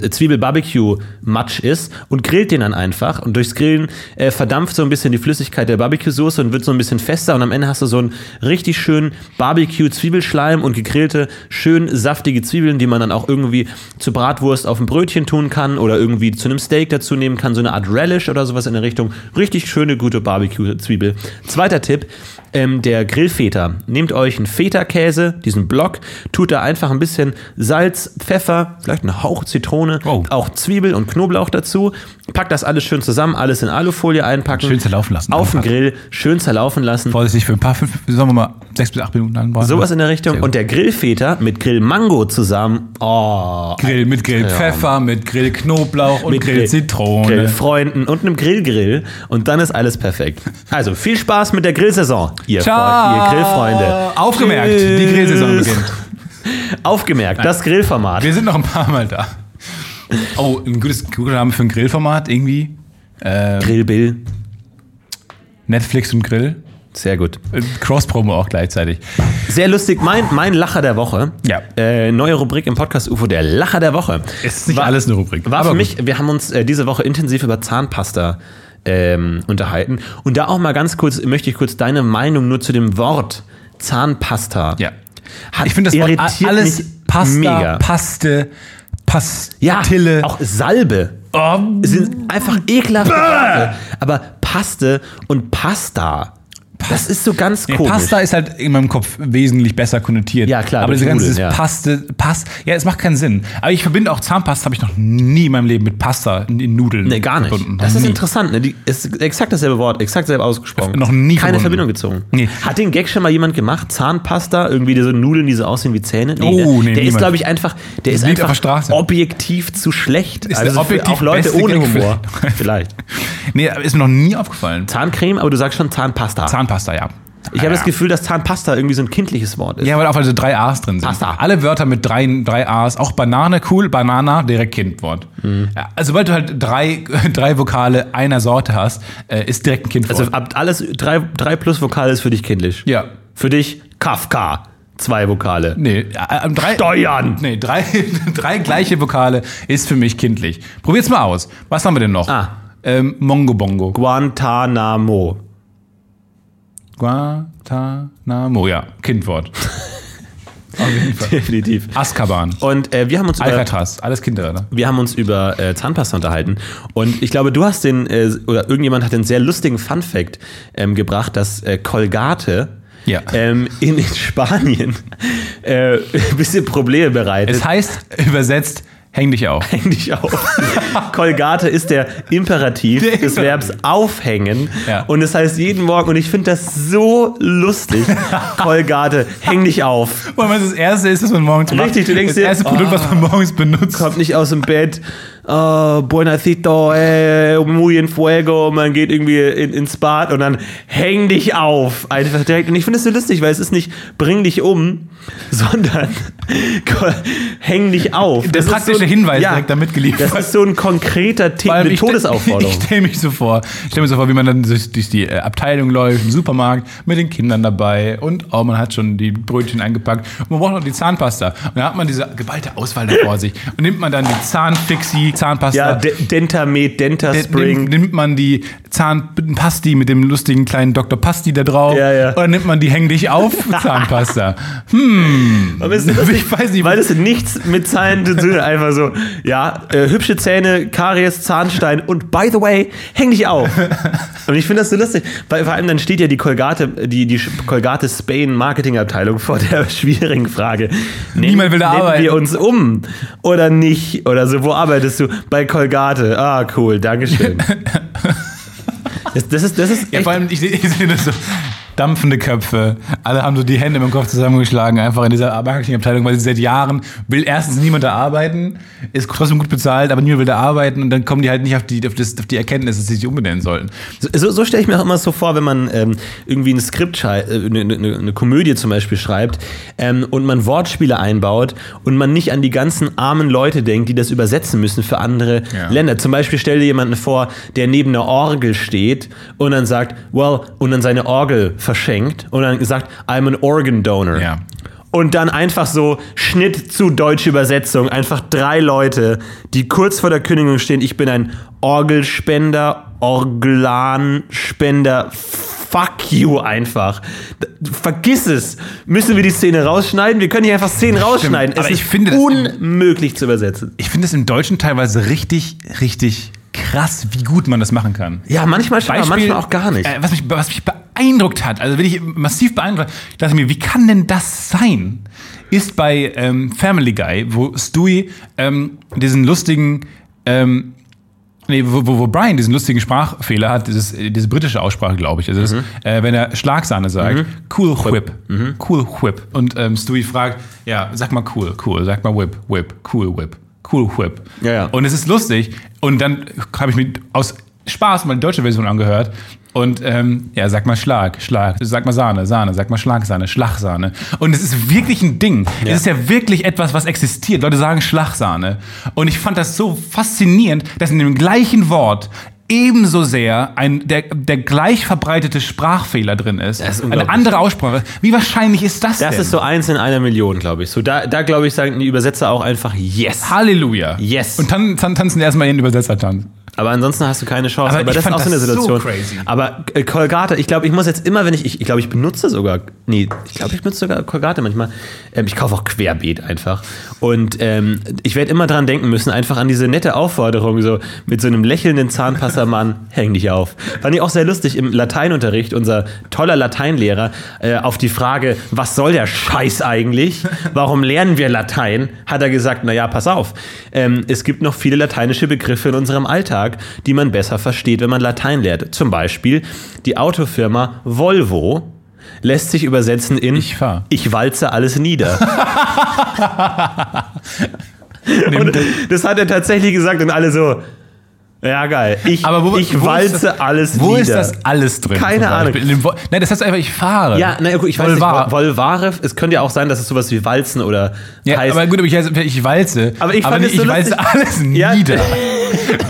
[SPEAKER 1] Zwiebel-Barbecue-Matsch ist und grillt den dann einfach und durchs Grillen äh, verdampft so ein bisschen die Flüssigkeit der Barbecue-Soße und wird so ein bisschen fester und am Ende hast du so einen richtig schönen Barbecue-Zwiebelschleim und gegrillte, schön saftige Zwiebeln, die man dann auch irgendwie zu Bratwurst auf ein Brötchen tun kann oder irgendwie zu einem Steak dazu nehmen kann, so eine Art Relish oder sowas in der Richtung. Richtig schöne, gute Barbecue-Zwiebel. Zweiter Tipp, ähm, der Grillfeta. Nehmt euch einen Feta-Käse, diesen Block, tut da einfach ein bisschen Salz, Pfeffer, vielleicht einen Hauch Zitrone,
[SPEAKER 2] Wow.
[SPEAKER 1] auch Zwiebel und Knoblauch dazu. Packt das alles schön zusammen, alles in Alufolie einpacken.
[SPEAKER 2] Schön zerlaufen lassen.
[SPEAKER 1] Auf den Grill, schön zerlaufen lassen.
[SPEAKER 2] Vorsichtig für ein paar, fünf, sagen wir mal, sechs bis acht Minuten anbauen.
[SPEAKER 1] Sowas in der Richtung. Und der Grillfeta mit Grillmango zusammen. Oh,
[SPEAKER 2] Grill mit Grillpfeffer, mit Grillknoblauch und
[SPEAKER 1] mit Grill-
[SPEAKER 2] Grillzitrone.
[SPEAKER 1] Grillfreunden und einem Grillgrill und dann ist alles perfekt. Also viel Spaß mit der Grillsaison, ihr,
[SPEAKER 2] Ciao.
[SPEAKER 1] Freund, ihr Grillfreunde.
[SPEAKER 2] Aufgemerkt, die
[SPEAKER 1] Tschüss.
[SPEAKER 2] Grillsaison beginnt.
[SPEAKER 1] Aufgemerkt, das Grillformat.
[SPEAKER 2] Wir sind noch ein paar Mal da. Oh, ein gutes, guter Name für ein Grillformat irgendwie.
[SPEAKER 1] Grillbill,
[SPEAKER 2] Netflix und Grill.
[SPEAKER 1] sehr gut.
[SPEAKER 2] Äh, Cross-Promo auch gleichzeitig.
[SPEAKER 1] Sehr lustig, mein, mein Lacher der Woche.
[SPEAKER 2] Ja.
[SPEAKER 1] Äh, neue Rubrik im Podcast UFO, der Lacher der Woche.
[SPEAKER 2] Es ist nicht alles eine Rubrik.
[SPEAKER 1] War
[SPEAKER 2] aber
[SPEAKER 1] für
[SPEAKER 2] gut.
[SPEAKER 1] mich, wir haben uns äh, diese Woche intensiv über Zahnpasta ähm, unterhalten. Und da auch mal ganz kurz, möchte ich kurz deine Meinung nur zu dem Wort Zahnpasta.
[SPEAKER 2] Ja.
[SPEAKER 1] Hat
[SPEAKER 2] Ich finde das Wort
[SPEAKER 1] irritiert
[SPEAKER 2] a- alles
[SPEAKER 1] mich
[SPEAKER 2] Pasta,
[SPEAKER 1] Mega.
[SPEAKER 2] Paste,
[SPEAKER 1] Ja,
[SPEAKER 2] Pastille.
[SPEAKER 1] auch Oh, Salbe. Es sind einfach ekelhafte Worte. Aber Paste und Pasta, das ist so ganz
[SPEAKER 2] Nee,
[SPEAKER 1] komisch.
[SPEAKER 2] Pasta ist halt in meinem Kopf wesentlich besser konnotiert.
[SPEAKER 1] Ja, klar,
[SPEAKER 2] Aber
[SPEAKER 1] durch
[SPEAKER 2] diese ganze
[SPEAKER 1] Nudeln,
[SPEAKER 2] dieses
[SPEAKER 1] ja.
[SPEAKER 2] Paste, Pass, ja, es macht keinen Sinn. Aber ich verbinde auch Zahnpasta, habe ich noch nie in meinem Leben mit Pasta in in Nudeln.
[SPEAKER 1] Nee, gar nicht.
[SPEAKER 2] verbunden.
[SPEAKER 1] Das
[SPEAKER 2] Noch
[SPEAKER 1] ist
[SPEAKER 2] nie.
[SPEAKER 1] interessant. Ne? Die ist exakt dasselbe Wort, exakt selber ausgesprochen.
[SPEAKER 2] Noch nie verbunden.
[SPEAKER 1] Keine Verbindung gezogen.
[SPEAKER 2] Nee.
[SPEAKER 1] Hat den Gag schon mal jemand gemacht? Zahnpasta, irgendwie diese Nudeln, die so aussehen wie Zähne?
[SPEAKER 2] Oh,
[SPEAKER 1] ne?
[SPEAKER 2] nee,
[SPEAKER 1] Der ist,
[SPEAKER 2] niemand.
[SPEAKER 1] glaube ich, einfach, der ist
[SPEAKER 2] liegt auf
[SPEAKER 1] einfach
[SPEAKER 2] der Straße.
[SPEAKER 1] objektiv zu schlecht.
[SPEAKER 2] Ist
[SPEAKER 1] also
[SPEAKER 2] der
[SPEAKER 1] für
[SPEAKER 2] objektiv
[SPEAKER 1] auch Leute
[SPEAKER 2] beste
[SPEAKER 1] ohne
[SPEAKER 2] Gag
[SPEAKER 1] Humor. Vielleicht.
[SPEAKER 2] Nee, ist mir noch nie aufgefallen.
[SPEAKER 1] Zahncreme, aber du sagst schon Zahnpasta.
[SPEAKER 2] Zahnpasta, ja. Ah,
[SPEAKER 1] ich habe
[SPEAKER 2] ja.
[SPEAKER 1] das Gefühl, dass Zahnpasta irgendwie so ein kindliches Wort ist.
[SPEAKER 2] Ja, weil auch also drei A's drin sind.
[SPEAKER 1] Pasta.
[SPEAKER 2] Alle Wörter mit drei, drei A's. Auch Banane, cool, Banana, direkt Kindwort.
[SPEAKER 1] Mhm.
[SPEAKER 2] Ja, also, sobald du halt drei, [LAUGHS] drei Vokale einer Sorte hast, äh, ist direkt ein Kindwort.
[SPEAKER 1] Also ab alles drei, drei plus Vokale ist für dich kindlich.
[SPEAKER 2] ja.
[SPEAKER 1] Für dich Kafka, zwei Vokale.
[SPEAKER 2] Nee, äh, äh, drei,
[SPEAKER 1] Steuern!
[SPEAKER 2] Nee, drei, [LAUGHS] drei gleiche Vokale ist für mich kindlich. Probier's mal aus. Was haben wir denn noch?
[SPEAKER 1] Ah.
[SPEAKER 2] Ähm, Mongo Bongo.
[SPEAKER 1] Guantanamo.
[SPEAKER 2] Guantanamo, ja,
[SPEAKER 1] [LAUGHS]
[SPEAKER 2] Kindwort.
[SPEAKER 1] Definitiv.
[SPEAKER 2] Azkaban.
[SPEAKER 1] Und äh, wir haben uns über,
[SPEAKER 2] Alcatraz, alles ne? Kinder, oder?
[SPEAKER 1] wir haben uns über äh, Zahnpasta unterhalten. Und ich glaube, du hast den, äh, oder irgendjemand hat den sehr lustigen Fun-Fact ähm, gebracht, dass äh, Colgate
[SPEAKER 2] Ja.
[SPEAKER 1] ähm, in, [LAUGHS] in Spanien äh, ein bisschen Probleme bereitet. [LAUGHS]
[SPEAKER 2] Es heißt übersetzt, häng dich auf.
[SPEAKER 1] Häng dich auf. Colgate ist der Imperativ des Verbs aufhängen.
[SPEAKER 2] Ja.
[SPEAKER 1] Und es heißt jeden Morgen, und ich finde das so
[SPEAKER 2] [LAUGHS]
[SPEAKER 1] lustig, Colgate, häng dich auf.
[SPEAKER 2] Weil das erste ist, was man morgens macht.
[SPEAKER 1] Richtig, du denkst
[SPEAKER 2] das
[SPEAKER 1] dir, oh.
[SPEAKER 2] erste Produkt, was man morgens benutzt.
[SPEAKER 1] Kommt nicht aus dem Bett. Oh, Buenacito, eh, muy en fuego. Man geht irgendwie in, ins Bad und dann häng dich auf. Einfach direkt. Und ich finde es so lustig, weil es ist nicht bring dich um, [LAUGHS] sondern häng dich auf.
[SPEAKER 2] Der
[SPEAKER 1] Das ist so
[SPEAKER 2] praktische
[SPEAKER 1] ein-
[SPEAKER 2] Hinweis direkt damit geliefert.
[SPEAKER 1] Das ist so ein konkreter Tipp,
[SPEAKER 2] Vor allem
[SPEAKER 1] eine
[SPEAKER 2] ich stell- [LAUGHS]
[SPEAKER 1] Todesaufforderung.
[SPEAKER 2] Ich stelle mich so vor, ich stell mir so vor, wie man dann durch, durch die äh, Abteilung läuft, im Supermarkt, mit den Kindern dabei und oh, man hat schon die Brötchen eingepackt und man braucht noch die Zahnpasta. Und dann hat man diese geballte Auswahl da vor sich und nimmt man dann die Zahnfixie, Zahnpasta.
[SPEAKER 1] Ja, De Dentamed,
[SPEAKER 2] Äh,
[SPEAKER 1] Dentaspring.
[SPEAKER 2] Nimmt, nimmt man die Zahnpasti mit dem lustigen kleinen Dr. Pasti da drauf
[SPEAKER 1] Ja, ja.
[SPEAKER 2] oder nimmt man die Häng dich
[SPEAKER 1] [LAUGHS]
[SPEAKER 2] auf Zahnpasta?
[SPEAKER 1] Aber es ist
[SPEAKER 2] [LAUGHS]
[SPEAKER 1] lustig,
[SPEAKER 2] Ich weiß nicht,
[SPEAKER 1] weil es nichts mit Zahlen zu tun hat. Einfach so, ja, äh, hübsche Zähne, Karies, Zahnstein und by the way, häng
[SPEAKER 2] [LAUGHS]
[SPEAKER 1] dich auf. Und ich finde das so lustig, weil vor allem dann steht ja die Colgate, die, die Colgate Spain Marketingabteilung vor der [LAUGHS] schwierigen Frage. Nehmen-
[SPEAKER 2] Niemand will da
[SPEAKER 1] nehmen
[SPEAKER 2] arbeiten.
[SPEAKER 1] wir uns um oder nicht? Oder so, wo arbeitest du? Bei Colgate. Ah, cool,
[SPEAKER 2] [LAUGHS]
[SPEAKER 1] Dankeschön. Das, das ist, das ist
[SPEAKER 2] Ja,
[SPEAKER 1] echt
[SPEAKER 2] vor allem, ich sehe ich seh das so. Dampfende Köpfe. Alle haben so die Hände im Kopf zusammengeschlagen, einfach in dieser Marketingabteilung, weil sie seit Jahren will erstens niemand da arbeiten, ist trotzdem gut bezahlt, aber niemand will da arbeiten und dann kommen die halt nicht auf die, auf das, auf die Erkenntnis, dass sie sich umbenennen sollten.
[SPEAKER 1] So, so stelle ich mir auch immer so vor, wenn man ähm, irgendwie ein Skript, schrei- äh, eine, eine, eine Komödie zum Beispiel schreibt ähm, und man Wortspiele einbaut und man nicht an die ganzen armen Leute denkt, die das übersetzen müssen für andere
[SPEAKER 2] Ja.
[SPEAKER 1] Länder. Zum Beispiel stell dir jemanden vor, der neben einer Orgel steht und dann sagt, well, und dann seine Orgel verschenkt und dann sagt, I'm an organ donor.
[SPEAKER 2] Ja.
[SPEAKER 1] Und dann einfach so Schnitt zu deutsche Übersetzung. Einfach drei Leute, die kurz vor der Kündigung stehen. Ich bin ein Orgelspender, Orglanspender. Fuck you einfach. D- Vergiss es. Müssen wir die Szene rausschneiden? Wir können hier einfach Szenen rausschneiden.
[SPEAKER 2] aber
[SPEAKER 1] es
[SPEAKER 2] ich
[SPEAKER 1] ist
[SPEAKER 2] finde das im-
[SPEAKER 1] unmöglich zu übersetzen.
[SPEAKER 2] Ich finde es im Deutschen teilweise richtig, richtig krass, wie gut man das machen kann.
[SPEAKER 1] Ja, manchmal schon, aber manchmal auch gar nicht.
[SPEAKER 2] Äh, was, mich, was mich beeindruckt hat, also wirklich massiv beeindruckt, ich dachte mir, wie kann denn das sein? Ist bei ähm, Family Guy, wo Stewie ähm, diesen lustigen, ähm, nee, wo, wo wo Brian diesen lustigen Sprachfehler hat, dieses, äh, diese britische Aussprache, glaube ich, ist es,
[SPEAKER 1] Mhm.
[SPEAKER 2] äh, wenn er Schlagsahne sagt, cool whip, cool whip. Und ähm, Stewie fragt, ja, sag mal cool, cool, sag mal whip, whip, cool whip. Cool Whip.
[SPEAKER 1] Ja, ja.
[SPEAKER 2] Und es ist lustig. Und dann habe ich mir aus Spaß mal die deutsche Version angehört. Und ähm, ja, sag mal Schlag, Schlag, sag mal Sahne, Sahne, sag mal Schlagsahne, Schlagsahne. Und es ist wirklich ein Ding. Es ist ja wirklich etwas, was existiert. Leute sagen Schlagsahne. Und ich fand das so faszinierend, dass in dem gleichen Wort ebenso sehr ein, der, der gleich verbreitete Sprachfehler drin ist.
[SPEAKER 1] Das ist
[SPEAKER 2] Eine
[SPEAKER 1] unglaublich.
[SPEAKER 2] andere Aussprache. Wie wahrscheinlich ist das,
[SPEAKER 1] Das
[SPEAKER 2] denn?
[SPEAKER 1] ist so eins in einer Million, glaube ich. So, da, da glaube ich, sagen die Übersetzer auch einfach Yes.
[SPEAKER 2] Halleluja.
[SPEAKER 1] Yes.
[SPEAKER 2] Und dann, dann tanzen die erstmal ihren Übersetzer tanzen.
[SPEAKER 1] Aber ansonsten hast du keine Chance.
[SPEAKER 2] Aber
[SPEAKER 1] Aber,
[SPEAKER 2] ich
[SPEAKER 1] das ist
[SPEAKER 2] fand
[SPEAKER 1] auch so eine
[SPEAKER 2] das so
[SPEAKER 1] Situation.
[SPEAKER 2] crazy.
[SPEAKER 1] Aber äh, Colgate, ich glaube, ich muss jetzt immer, wenn ich, ich, ich glaube, ich benutze sogar, nee, ich glaube, ich benutze sogar Colgate manchmal. Ähm, ich kaufe auch Querbeet einfach. Und ähm, ich werde immer dran denken müssen, einfach an diese nette Aufforderung, so mit so einem lächelnden Zahnpassermann, [LAUGHS] häng dich auf. Fand ich auch sehr lustig im Lateinunterricht, unser toller Lateinlehrer, äh, auf die Frage, was soll der Scheiß eigentlich? Warum lernen wir Latein? Hat er gesagt, naja, pass auf, ähm, es gibt noch viele lateinische Begriffe in unserem Alltag, die man besser versteht, wenn man Latein lehrt. Zum Beispiel die Autofirma Volvo lässt sich übersetzen in
[SPEAKER 2] Ich fahr.
[SPEAKER 1] ich walze alles nieder.
[SPEAKER 2] [LAUGHS]
[SPEAKER 1] Und das hat er tatsächlich gesagt und alle so, ja geil, ich,
[SPEAKER 2] Aber wo-
[SPEAKER 1] ich
[SPEAKER 2] wo ist
[SPEAKER 1] walze
[SPEAKER 2] das-
[SPEAKER 1] alles
[SPEAKER 2] Wo
[SPEAKER 1] nieder.
[SPEAKER 2] ist das alles drin?
[SPEAKER 1] Keine
[SPEAKER 2] zum Beispiel?
[SPEAKER 1] Ahnung.
[SPEAKER 2] In dem Wo- Nein, das heißt einfach, ich fahre.
[SPEAKER 1] Ja, na gut, ich weiß
[SPEAKER 2] Volvare.
[SPEAKER 1] nicht, Volvare, es könnte ja auch sein, dass es sowas wie Walzen oder
[SPEAKER 2] Ja,
[SPEAKER 1] heißt.
[SPEAKER 2] aber gut, aber ich, heiße- ich walze.
[SPEAKER 1] Aber ich fand
[SPEAKER 2] nicht,
[SPEAKER 1] es so
[SPEAKER 2] ich walze
[SPEAKER 1] lustig.
[SPEAKER 2] alles
[SPEAKER 1] [LAUGHS] Ja.
[SPEAKER 2] nieder.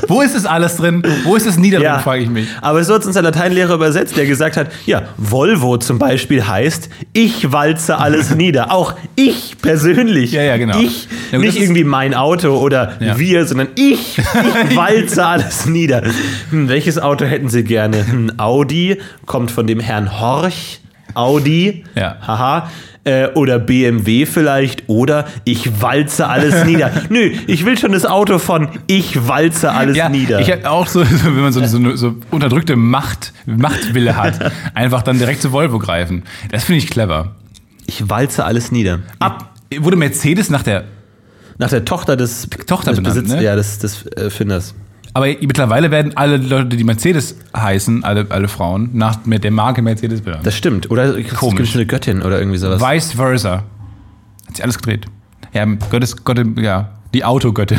[SPEAKER 2] Wo ist das alles drin? Wo ist das nieder
[SPEAKER 1] ja,
[SPEAKER 2] drin, frage ich mich.
[SPEAKER 1] Aber so hat es unser Lateinlehrer übersetzt, der gesagt hat, ja, Volvo zum Beispiel heißt, ich walze
[SPEAKER 2] [LAUGHS]
[SPEAKER 1] alles nieder. Auch ich persönlich.
[SPEAKER 2] Ja, ja, genau.
[SPEAKER 1] Ich,
[SPEAKER 2] Ja, gut, das
[SPEAKER 1] nicht
[SPEAKER 2] ist-
[SPEAKER 1] irgendwie mein Auto oder
[SPEAKER 2] Ja.
[SPEAKER 1] wir, sondern
[SPEAKER 2] [LAUGHS]
[SPEAKER 1] ich, ich walze alles nieder. Hm, welches Auto hätten Sie gerne? Hm, Audi, kommt von dem Herrn Horch. Audi,
[SPEAKER 2] Ja.
[SPEAKER 1] haha, äh, oder BMW vielleicht, oder ich walze
[SPEAKER 2] [LAUGHS]
[SPEAKER 1] alles nieder. Nö, ich will schon das Auto von ich walze alles
[SPEAKER 2] Ja,
[SPEAKER 1] nieder.
[SPEAKER 2] ich habe auch so, [LAUGHS] so, wenn man so, so, eine- so unterdrückte Macht, Machtwille
[SPEAKER 1] [LAUGHS]
[SPEAKER 2] hat, einfach dann direkt zu Volvo greifen. Das finde ich clever.
[SPEAKER 1] Ich walze alles nieder.
[SPEAKER 2] Ab. Wurde Mercedes nach der.
[SPEAKER 1] Nach der Tochter des,
[SPEAKER 2] Tochter
[SPEAKER 1] des
[SPEAKER 2] benannt, ne?
[SPEAKER 1] ja, des, des äh, Finders.
[SPEAKER 2] Aber mittlerweile werden alle Leute, die Mercedes heißen, alle, alle Frauen, nach der Marke Mercedes benannt.
[SPEAKER 1] Das stimmt. Oder es
[SPEAKER 2] Komisch.
[SPEAKER 1] gibt schon eine Göttin oder irgendwie sowas.
[SPEAKER 2] Vice versa. Hat sich alles gedreht. Ja, Gottes, Gott, ja, die Autogöttin.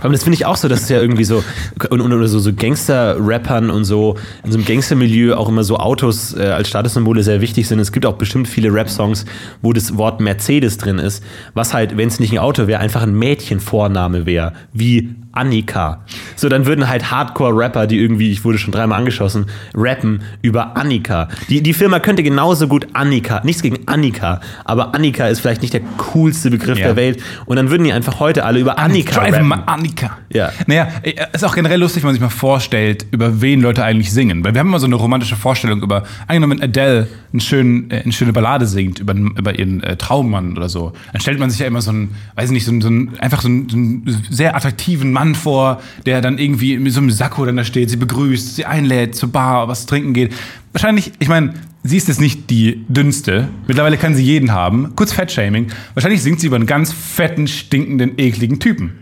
[SPEAKER 1] Aber das finde ich auch so, dass es ja irgendwie so und, und, oder so, so Gangster-Rappern und so in so einem Gangster-Milieu auch immer so Autos äh, als Statussymbole sehr wichtig sind. Es gibt auch bestimmt viele Rap-Songs, wo das Wort Mercedes drin ist, was halt, wenn es nicht ein Auto wäre, einfach ein Mädchenvorname wäre, wie Annika. So, dann würden halt Hardcore-Rapper, die irgendwie, ich wurde schon dreimal angeschossen, rappen über Annika. Die, die Firma könnte genauso gut Annika, nichts gegen Annika, aber Annika ist vielleicht nicht der coolste Begriff
[SPEAKER 2] Ja.
[SPEAKER 1] der Welt. Und dann würden die einfach heute alle über Annika
[SPEAKER 2] [LAUGHS] Drive
[SPEAKER 1] rappen.
[SPEAKER 2] Ma- Annika.
[SPEAKER 1] Ja.
[SPEAKER 2] Naja, äh, ist auch generell lustig, wenn man sich mal vorstellt, über wen Leute eigentlich singen. Weil wir haben immer so eine romantische Vorstellung über, angenommen, wenn Adele einen schönen, äh, eine schöne Ballade singt über, über ihren äh, Traummann oder so. Dann stellt man sich ja immer so einen, weiß ich nicht, so einen, so einen einfach so einen, so einen sehr attraktiven Mann vor, der dann irgendwie mit so einem Sakko dann da steht, sie begrüßt, sie einlädt zur Bar, was trinken geht. Wahrscheinlich, ich meine, sie ist jetzt nicht die dünnste. Mittlerweile kann sie jeden haben. Kurz Fettshaming. Wahrscheinlich singt sie über einen ganz fetten, stinkenden, ekligen Typen.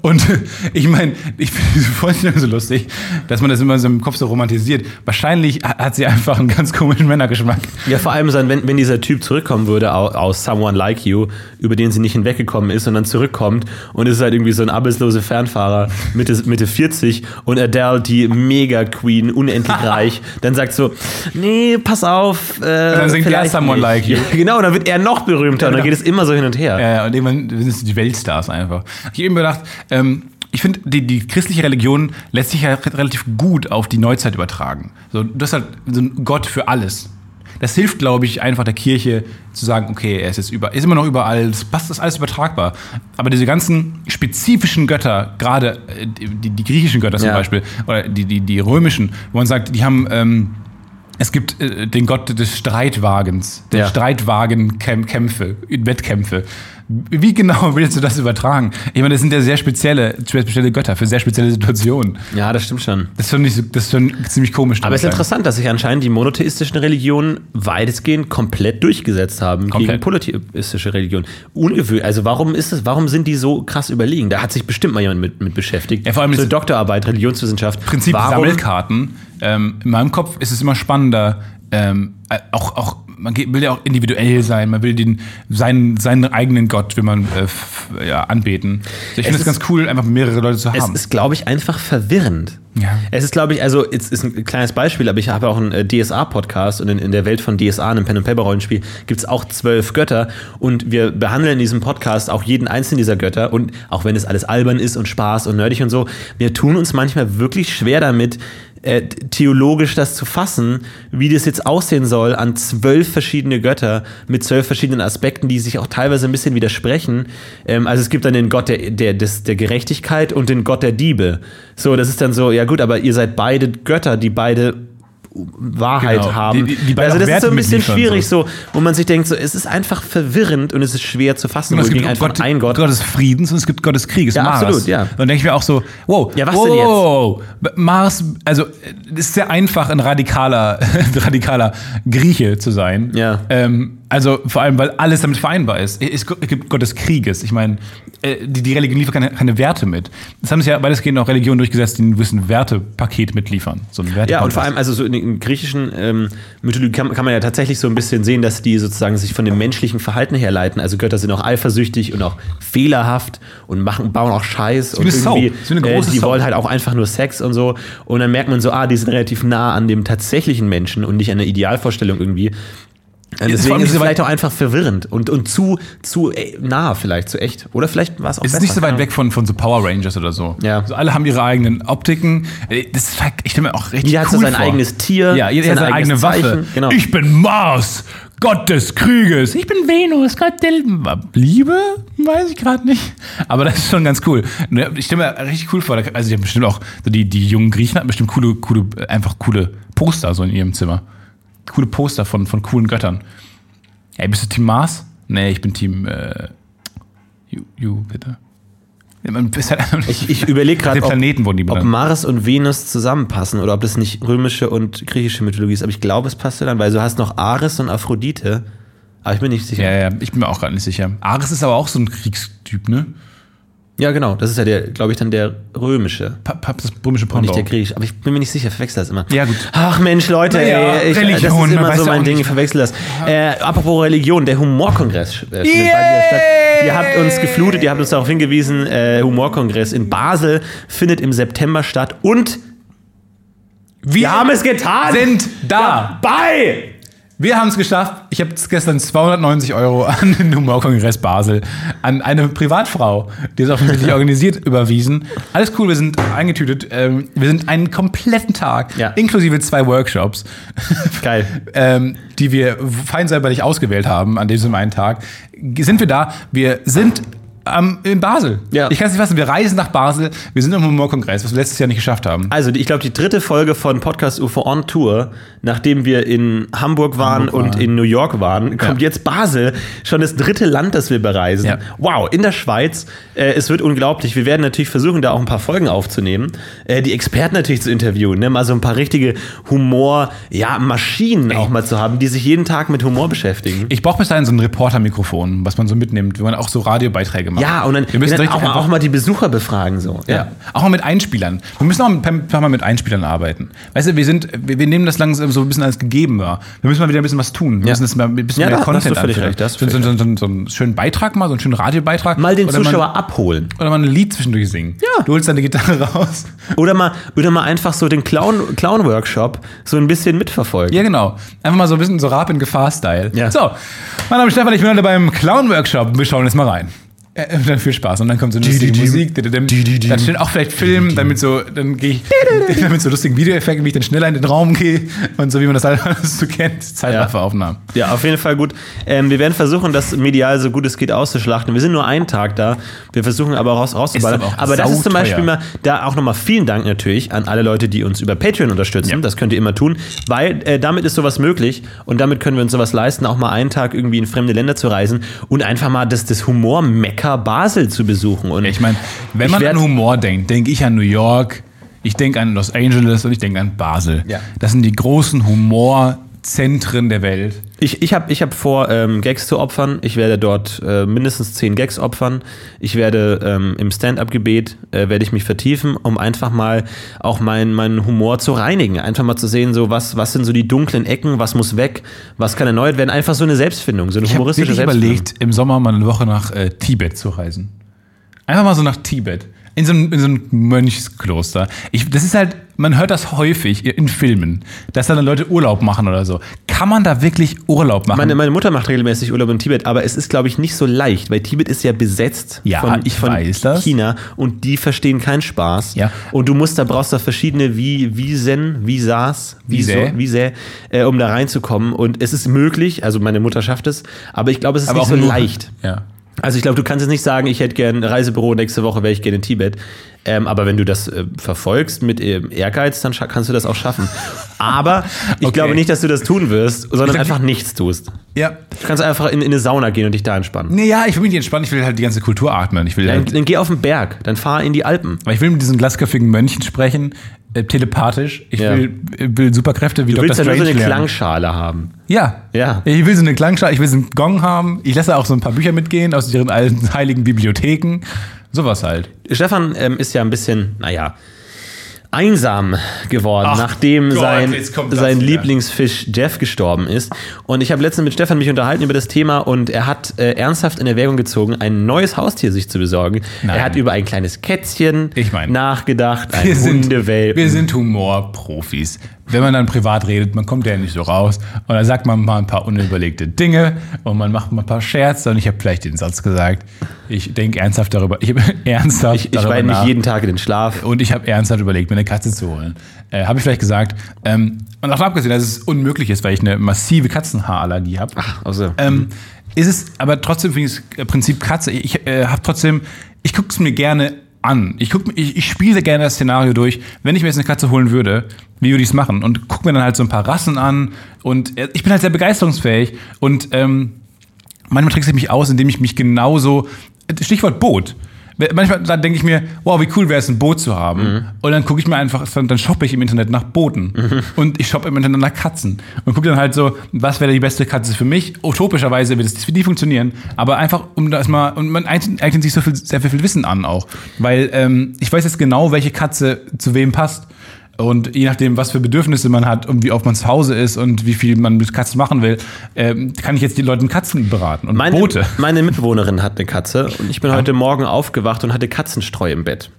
[SPEAKER 2] Und [LAUGHS] ich meine, ich finde diese Vorstellung so lustig, dass man das immer so im Kopf so romantisiert. Wahrscheinlich ha- hat sie einfach einen ganz komischen Männergeschmack.
[SPEAKER 1] Ja, vor allem, dann, wenn, wenn dieser Typ zurückkommen würde au- aus Someone Like You, über den sie nicht hinweggekommen ist und dann zurückkommt und es ist halt irgendwie so ein abbesloser Fernfahrer Mitte, Mitte 40 und Adele, die
[SPEAKER 2] [LAUGHS]
[SPEAKER 1] Mega-Queen, unendlich reich, dann sagt so, nee, pass auf. Äh,
[SPEAKER 2] dann singt er
[SPEAKER 1] vielleicht
[SPEAKER 2] Someone
[SPEAKER 1] nicht.
[SPEAKER 2] Like You.
[SPEAKER 1] Ja, [LAUGHS] genau, und dann wird er noch berühmter und dann geht es immer so hin und her.
[SPEAKER 2] Äh, und irgendwann sind es die Weltstars einfach. Ich habe eben gedacht, ähm, ich finde, die, die christliche Religion lässt sich ja re- relativ gut auf die Neuzeit übertragen. So, das ist halt so ein Gott für alles. Das hilft, glaube ich, einfach der Kirche zu sagen, okay, er ist jetzt über, ist immer noch überall, das passt, das ist alles übertragbar. Aber diese ganzen spezifischen Götter, gerade äh, die, die griechischen Götter zum
[SPEAKER 1] Ja.
[SPEAKER 2] Beispiel, oder die, die, die römischen, wo man sagt, die haben, ähm, es gibt äh, den Gott des Streitwagens, der
[SPEAKER 1] Ja.
[SPEAKER 2] Streitwagenkämpfe, Wettkämpfe. Wie genau [LAUGHS] willst du das übertragen? Ich meine, das sind ja sehr spezielle, sehr spezielle Götter für sehr spezielle Situationen.
[SPEAKER 1] Ja, das stimmt schon.
[SPEAKER 2] Das ist schon, nicht so, das ist schon ziemlich komisch.
[SPEAKER 1] Aber es ist
[SPEAKER 2] damit
[SPEAKER 1] interessant, dass sich anscheinend die monotheistischen Religionen weitestgehend komplett durchgesetzt haben
[SPEAKER 2] Komplett.
[SPEAKER 1] gegen polytheistische Religionen. Ungewöhnlich. Also warum ist es, warum sind die so krass überlegen? Da hat sich bestimmt mal jemand mit, mit beschäftigt.
[SPEAKER 2] Ja, vor allem
[SPEAKER 1] so eine
[SPEAKER 2] das-
[SPEAKER 1] Doktorarbeit, Religionswissenschaft.
[SPEAKER 2] Prinzip
[SPEAKER 1] warum?
[SPEAKER 2] Sammelkarten. Ähm, in meinem Kopf ist es immer spannender. Ähm, äh, auch, auch, man geht, will ja auch individuell sein, man will den, seinen, seinen eigenen Gott, will man äh, f- ja, anbeten. Ich finde es
[SPEAKER 1] ist-
[SPEAKER 2] ganz cool, einfach mehrere Leute zu
[SPEAKER 1] Es
[SPEAKER 2] haben.
[SPEAKER 1] ist, glaube ich, einfach verwirrend.
[SPEAKER 2] Ja.
[SPEAKER 1] Es ist, glaube ich, also, es ist ein kleines Beispiel, aber ich habe auch einen äh, DSA-Podcast und in, in der Welt von DSA, einem Pen-and-Paper-Rollenspiel, gibt es auch zwölf Götter und wir behandeln in diesem Podcast auch jeden einzelnen dieser Götter und auch wenn es alles albern ist und Spaß und nerdig und so, wir tun uns manchmal wirklich schwer damit, äh, theologisch das zu fassen, wie das jetzt aussehen soll an zwölf verschiedene Götter mit zwölf verschiedenen Aspekten, die sich auch teilweise ein bisschen widersprechen. Ähm, also es gibt dann den Gott der, der, des, der Gerechtigkeit und den Gott der Diebe. So, das ist dann so, ja gut, aber ihr seid beide Götter, die beide Wahrheit
[SPEAKER 2] Genau.
[SPEAKER 1] haben.
[SPEAKER 2] Die- die- die beide
[SPEAKER 1] also
[SPEAKER 2] auch
[SPEAKER 1] das ist
[SPEAKER 2] Werte
[SPEAKER 1] so ein bisschen
[SPEAKER 2] mitliefern,
[SPEAKER 1] schwierig, so, wo man sich denkt, so, es ist einfach verwirrend und es ist schwer zu fassen,
[SPEAKER 2] Und Genau, es gibt um
[SPEAKER 1] wohingegen einfach
[SPEAKER 2] Gott,
[SPEAKER 1] ein Gott.
[SPEAKER 2] Gott des Friedens und es gibt Gott des Krieges,
[SPEAKER 1] Ja,
[SPEAKER 2] Mars.
[SPEAKER 1] absolut, ja.
[SPEAKER 2] Und dann denke ich mir auch so, wow,
[SPEAKER 1] Ja, was
[SPEAKER 2] wow,
[SPEAKER 1] denn jetzt?
[SPEAKER 2] wow, wow. Mars, also es ist sehr einfach, ein radikaler, [LAUGHS] ein radikaler Grieche zu sein.
[SPEAKER 1] Ja.
[SPEAKER 2] Ähm, also vor allem, weil alles damit vereinbar ist. Es gibt Gott des Krieges. Ich meine, äh, die, die Religion liefert keine, keine Werte mit. Das haben sich ja weitestgehend auch Religionen durchgesetzt, die ein gewissen Wertepaket mitliefern. So ein
[SPEAKER 1] Ja, und
[SPEAKER 2] Wertekompass.
[SPEAKER 1] vor allem, also so in den griechischen ähm, Mythologie kann, kann man ja tatsächlich so ein bisschen sehen, dass die sozusagen sich von dem menschlichen Verhalten herleiten. Also Götter sind auch eifersüchtig und auch fehlerhaft und machen, bauen auch Scheiß und
[SPEAKER 2] eine Sau.
[SPEAKER 1] irgendwie,
[SPEAKER 2] So eine
[SPEAKER 1] äh,
[SPEAKER 2] große
[SPEAKER 1] die
[SPEAKER 2] Sau.
[SPEAKER 1] wollen halt auch einfach nur Sex und so. Und dann merkt man so, ah, die sind relativ nah an dem tatsächlichen Menschen und nicht an der Idealvorstellung irgendwie. Äh,
[SPEAKER 2] vor
[SPEAKER 1] Deswegen
[SPEAKER 2] allem
[SPEAKER 1] ist es
[SPEAKER 2] diese wei-
[SPEAKER 1] vielleicht auch einfach verwirrend und, und zu, zu äh, nah vielleicht, zu echt. Oder vielleicht war es auch
[SPEAKER 2] Es ist
[SPEAKER 1] besser,
[SPEAKER 2] nicht so
[SPEAKER 1] keine
[SPEAKER 2] weit
[SPEAKER 1] Ahnung.
[SPEAKER 2] weg von, von so Power Rangers oder so.
[SPEAKER 1] Ja.
[SPEAKER 2] Also alle haben ihre eigenen Optiken. Äh, Das ist halt, ich stelle mir auch richtig
[SPEAKER 1] Jeder
[SPEAKER 2] cool
[SPEAKER 1] hat so sein
[SPEAKER 2] vor.
[SPEAKER 1] eigenes Tier,
[SPEAKER 2] Ja, jeder
[SPEAKER 1] sein
[SPEAKER 2] hat seine eigene
[SPEAKER 1] Äh, eigenes
[SPEAKER 2] Waffe.
[SPEAKER 1] Zeichen, genau.
[SPEAKER 2] Ich bin Mars, Gott des Krieges. Ich bin Venus, Gott der Liebe? Weiß ich gerade nicht. Aber das ist schon ganz cool. Ne, Ich stelle mir richtig cool vor. Da- Also die haben bestimmt auch, so die, die jungen Griechen hatten bestimmt coole, coole, äh, einfach coole Poster so in ihrem Zimmer. Coole Poster von, von coolen Göttern. Ey, bist du Team Mars? Nee, ich bin Team äh, you, you, bitte. Ja, Man ist halt
[SPEAKER 1] Ich, ich überlege gerade,
[SPEAKER 2] Den Planeten wurden die
[SPEAKER 1] ob
[SPEAKER 2] benannt.
[SPEAKER 1] Mars und Venus zusammenpassen oder ob das nicht römische und griechische Mythologie ist. Aber ich glaube, es passt dann, weil du hast noch Ares und Aphrodite. Aber ich bin nicht sicher.
[SPEAKER 2] Ja, ja, ich bin mir auch gerade nicht sicher. Ares ist aber auch so ein Kriegstyp, ne?
[SPEAKER 1] Ja, genau. Das ist ja der, glaube ich, dann der römische.
[SPEAKER 2] Pa- pa- Das römische
[SPEAKER 1] Und nicht
[SPEAKER 2] Pendant.
[SPEAKER 1] der griechische. Aber ich bin mir nicht sicher, verwechsel das immer.
[SPEAKER 2] Ja, gut.
[SPEAKER 1] Ach Mensch, Leute,
[SPEAKER 2] Naja,
[SPEAKER 1] ey, ich, das
[SPEAKER 2] Religion,
[SPEAKER 1] ist
[SPEAKER 2] man
[SPEAKER 1] immer
[SPEAKER 2] weiß
[SPEAKER 1] so
[SPEAKER 2] ja
[SPEAKER 1] mein
[SPEAKER 2] auch
[SPEAKER 1] Ding, ich
[SPEAKER 2] nicht.
[SPEAKER 1] verwechsel das. Äh, apropos Religion, der Humorkongress äh, findet bei dir statt. Ihr habt uns geflutet, ihr habt uns darauf hingewiesen, äh, Humorkongress in Basel findet im September statt und wir, haben es getan!
[SPEAKER 2] sind da.
[SPEAKER 1] dabei!
[SPEAKER 2] Wir haben es geschafft. Ich habe gestern 290 Euro an den Humorkongress Basel an eine Privatfrau, die es offensichtlich organisiert, überwiesen. Alles cool, wir sind eingetütet. Ähm, wir sind einen kompletten Tag,
[SPEAKER 1] Ja.
[SPEAKER 2] inklusive zwei Workshops,
[SPEAKER 1] Geil.
[SPEAKER 2] ähm, die wir fein säuberlich ausgewählt haben an diesem einen Tag, sind wir da. Wir sind am- in Basel.
[SPEAKER 1] Ja.
[SPEAKER 2] Ich kann es nicht fassen. Wir reisen nach Basel. Wir sind am Humorkongress, was wir letztes Jahr nicht geschafft haben.
[SPEAKER 1] Also, die- ich glaube, die dritte Folge von Podcast UFO on Tour, nachdem wir in Hamburg waren und in New York waren, kommt
[SPEAKER 2] Ja.
[SPEAKER 1] jetzt Basel, schon das dritte Land, das wir bereisen.
[SPEAKER 2] Ja.
[SPEAKER 1] Wow, in der Schweiz. Äh, es wird unglaublich. Wir werden natürlich versuchen, da auch ein paar Folgen aufzunehmen, äh, die Experten natürlich zu interviewen, ne? mal so ein paar richtige Humor-Maschinen auch mal zu haben, die sich jeden Tag mit Humor beschäftigen.
[SPEAKER 2] Ich brauche bis dahin so ein Reportermikrofon, was man so mitnimmt, wenn man auch so Radiobeiträge macht.
[SPEAKER 1] Ja, und dann,
[SPEAKER 2] wir müssen
[SPEAKER 1] dann
[SPEAKER 2] richtig
[SPEAKER 1] auch, mal-
[SPEAKER 2] einfach-
[SPEAKER 1] auch mal die Besucher befragen. So.
[SPEAKER 2] ja. auch mal mit Einspielern. Wir müssen auch ein paar- paar Mal mit Einspielern arbeiten. Weißt du, wir sind, wir, wir nehmen das langsam so ein bisschen als gegeben wahr. Wir müssen mal wieder ein bisschen was tun. Wir müssen das mal ein bisschen
[SPEAKER 1] Ja,
[SPEAKER 2] mehr
[SPEAKER 1] da- da hast du
[SPEAKER 2] Content
[SPEAKER 1] völlig
[SPEAKER 2] anführen.
[SPEAKER 1] recht, da hast
[SPEAKER 2] so,
[SPEAKER 1] du
[SPEAKER 2] so, so, so, so einen schönen Beitrag mal, so einen schönen Radiobeitrag.
[SPEAKER 1] Mal den
[SPEAKER 2] Oder
[SPEAKER 1] Zuschauer
[SPEAKER 2] Mal,
[SPEAKER 1] abholen.
[SPEAKER 2] oder mal ein Lied zwischendurch singen.
[SPEAKER 1] Ja.
[SPEAKER 2] Du holst deine Gitarre raus.
[SPEAKER 1] Oder mal, oder mal einfach so den Clown- Clown-Workshop so ein bisschen mitverfolgen.
[SPEAKER 2] Ja, genau. Einfach mal so ein bisschen so Rap in Gefahr-Style.
[SPEAKER 1] Ja.
[SPEAKER 2] So, mein Name ist Stefan, ich bin heute beim Clown-Workshop. Wir schauen jetzt mal rein. Äh, und dann viel Spaß. Und dann kommt so eine lustige Musik. Dann stehen auch vielleicht Film, damit so, dann gehe ich [LAUGHS] dann mit so lustigen Videoeffekten, wie ich dann schneller in den Raum gehe und so, wie man das halt alles so kennt. Zeitrafferaufnahmen.
[SPEAKER 1] Ja, auf jeden Fall gut. Ähm, wir werden versuchen, das medial so gut es geht auszuschlachten. Wir sind nur einen Tag da. Wir versuchen aber raus, rauszuballern.
[SPEAKER 2] Ist aber auch
[SPEAKER 1] Aber das ist zum
[SPEAKER 2] sauteuer.
[SPEAKER 1] Beispiel mal, da auch nochmal vielen Dank natürlich an alle Leute, die uns über Patreon unterstützen. Das könnt ihr immer tun, weil äh, damit ist sowas möglich und damit können wir uns sowas leisten, auch mal einen Tag irgendwie in fremde Länder zu reisen und einfach mal das, das Humor-Mekka Basel zu besuchen. Und
[SPEAKER 2] Ich meine, wenn
[SPEAKER 1] Ich
[SPEAKER 2] man
[SPEAKER 1] werd-
[SPEAKER 2] an Humor denkt, denke ich an New York, ich denke an Los Angeles und ich denke an Basel.
[SPEAKER 1] Ja.
[SPEAKER 2] Das sind die großen Humorzentren der Welt.
[SPEAKER 1] Ich, ich habe ich hab vor, ähm, Gags zu opfern. Ich werde dort äh, mindestens zehn Gags opfern. Ich werde ähm, im Stand-up-Gebet, äh, werde ich mich vertiefen, um einfach mal auch meinen meinen Humor zu reinigen. Einfach mal zu sehen, so was, was sind so die dunklen Ecken, was muss weg, was kann erneuert werden. Einfach so eine Selbstfindung, so eine
[SPEAKER 2] Ich habe
[SPEAKER 1] humoristische
[SPEAKER 2] wirklich
[SPEAKER 1] Selbstfindung.
[SPEAKER 2] überlegt, im Sommer mal eine Woche nach äh, Tibet zu reisen. Einfach mal so nach Tibet. in so einem, in so einem Mönchskloster. Ich, das ist halt, man hört das häufig in Filmen, dass da dann Leute Urlaub machen oder so. Kann man da wirklich Urlaub machen?
[SPEAKER 1] Meine, meine Mutter macht regelmäßig Urlaub in Tibet, aber es ist, glaube ich, nicht so leicht, weil Tibet ist ja besetzt
[SPEAKER 2] Ja, ich weiß das.
[SPEAKER 1] China und die verstehen keinen Spaß.
[SPEAKER 2] Ja.
[SPEAKER 1] Und du musst da brauchst da verschiedene wie Visen, Visas, Viso-
[SPEAKER 2] Visä.
[SPEAKER 1] Visä, äh, um da reinzukommen. Und es ist möglich, also meine Mutter schafft es, aber ich glaube, es ist
[SPEAKER 2] Aber
[SPEAKER 1] nicht
[SPEAKER 2] auch
[SPEAKER 1] so
[SPEAKER 2] nur-
[SPEAKER 1] leicht.
[SPEAKER 2] ja.
[SPEAKER 1] Also ich glaube, du kannst jetzt nicht sagen, ich hätte gern ein Reisebüro, nächste Woche wäre ich gerne in Tibet. Ähm, aber wenn du das äh, verfolgst mit ähm, Ehrgeiz, dann scha- kannst du das auch schaffen. Aber
[SPEAKER 2] [LAUGHS]
[SPEAKER 1] ich
[SPEAKER 2] Okay.
[SPEAKER 1] glaube nicht, dass du das tun wirst, sondern einfach nichts tust.
[SPEAKER 2] Ja.
[SPEAKER 1] Du kannst einfach in, in eine Sauna gehen und dich da entspannen.
[SPEAKER 2] Nee, ja, ich will mich nicht entspannen, ich will halt die ganze Kultur atmen. Ich will
[SPEAKER 1] Dann,
[SPEAKER 2] halt,
[SPEAKER 1] dann geh auf den Berg, dann fahr in die Alpen.
[SPEAKER 2] aber ich will mit diesen glasköpfigen Mönchen sprechen, äh, telepathisch. Ich
[SPEAKER 1] Ja.
[SPEAKER 2] will, äh, will Superkräfte wie
[SPEAKER 1] Du willst ja nur so eine
[SPEAKER 2] lernen.
[SPEAKER 1] Klangschale haben.
[SPEAKER 2] Ja.
[SPEAKER 1] Ja.
[SPEAKER 2] Ich will so eine Klangschale, ich will so einen Gong haben. Ich lasse auch so ein paar Bücher mitgehen aus ihren alten [LAUGHS] heiligen Bibliotheken. Sowas halt.
[SPEAKER 1] Stefan ähm, ist ja ein bisschen, naja, einsam geworden, nachdem
[SPEAKER 2] Gott,
[SPEAKER 1] sein,
[SPEAKER 2] jetzt kommt das
[SPEAKER 1] sein
[SPEAKER 2] wieder.
[SPEAKER 1] Lieblingsfisch Jeff gestorben ist. Und ich habe letztens mit Stefan mich unterhalten über das Thema und er hat äh, ernsthaft in Erwägung gezogen, ein neues Haustier sich zu besorgen.
[SPEAKER 2] Nein.
[SPEAKER 1] Er hat über ein kleines Kätzchen
[SPEAKER 2] Ich mein-
[SPEAKER 1] nachgedacht, ein
[SPEAKER 2] Wir sind,
[SPEAKER 1] Hundewelpen.
[SPEAKER 2] wir sind Humorprofis. Wenn man dann privat redet, man kommt ja nicht so raus. Und dann sagt man mal ein paar unüberlegte Dinge und man macht mal ein paar Scherze. Und ich habe vielleicht den Satz gesagt. Ich denke ernsthaft darüber. Ich habe [LAUGHS] ernsthaft
[SPEAKER 1] Ich, ich
[SPEAKER 2] darüber
[SPEAKER 1] weine mich
[SPEAKER 2] nach.
[SPEAKER 1] jeden Tag in den Schlaf.
[SPEAKER 2] Und ich habe ernsthaft überlegt, mir eine Katze zu holen. Äh, habe ich vielleicht gesagt. Ähm, und auch abgesehen, dass es unmöglich ist, weil ich eine massive Katzenhaarallergie habe.
[SPEAKER 1] Also,
[SPEAKER 2] Ähm, ist es aber trotzdem finde ich das äh, Prinzip Katze. Ich äh, habe trotzdem, ich gucke es mir gerne an. Ich, guck, ich, ich spiele gerne das Szenario durch. Wenn ich mir jetzt eine Katze holen würde, wie würde ich es machen? Und gucke mir dann halt so ein paar Rassen an. Und äh, ich bin halt sehr begeisterungsfähig. Und ähm, manchmal trickse ich mich aus, indem ich mich genauso. Stichwort Boot. Manchmal da denke ich mir, wow, wie cool wäre es, ein Boot zu haben. Und dann gucke ich mir einfach, dann, dann shoppe ich im Internet nach Booten. Und ich shoppe im Internet nach Katzen. Und gucke dann halt so, was wäre die beste Katze für mich? Utopischerweise wird es für die funktionieren. Aber einfach, um das mal, und man eignet eignet sich so viel, sehr viel Wissen an auch. Weil ähm, ich weiß jetzt genau, welche Katze zu wem passt. Und je nachdem, was für Bedürfnisse man hat und wie oft man zu Hause ist und wie viel man mit Katzen machen will, ähm, kann ich jetzt die Leuten Katzen beraten und
[SPEAKER 1] meine,
[SPEAKER 2] Boote.
[SPEAKER 1] [LAUGHS] meine Mitbewohnerin hat eine Katze und ich bin heute Morgen aufgewacht und hatte Katzenstreu im Bett.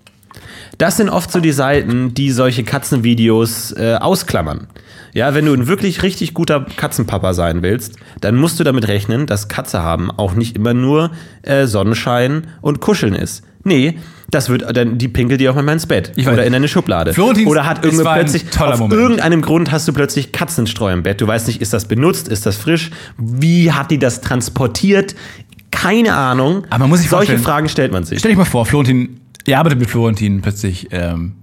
[SPEAKER 1] Das sind oft so die Seiten, die solche Katzenvideos äh, ausklammern. Ja, wenn du ein wirklich richtig guter Katzenpapa sein willst, dann musst du damit rechnen, dass Katze haben auch nicht immer nur äh, Sonnenschein und Kuscheln ist. Nee, das wird dann die pinkelt dir auch mal ins Bett
[SPEAKER 2] Ich weiß.
[SPEAKER 1] oder in deine Schublade
[SPEAKER 2] Florentin,
[SPEAKER 1] oder hat
[SPEAKER 2] es war
[SPEAKER 1] irgendwann
[SPEAKER 2] ein
[SPEAKER 1] plötzlich
[SPEAKER 2] toller
[SPEAKER 1] auf
[SPEAKER 2] Moment.
[SPEAKER 1] irgendeinem Grund hast du plötzlich Katzenstreu im Bett. Du weißt nicht, ist das benutzt, ist das frisch, wie hat die das transportiert? Keine Ahnung.
[SPEAKER 2] Aber man muss sich
[SPEAKER 1] solche
[SPEAKER 2] vorstellen-
[SPEAKER 1] Fragen stellt man sich.
[SPEAKER 2] Stell dich mal vor, Florentin, ihr arbeitet mit Florentin plötzlich, ähm,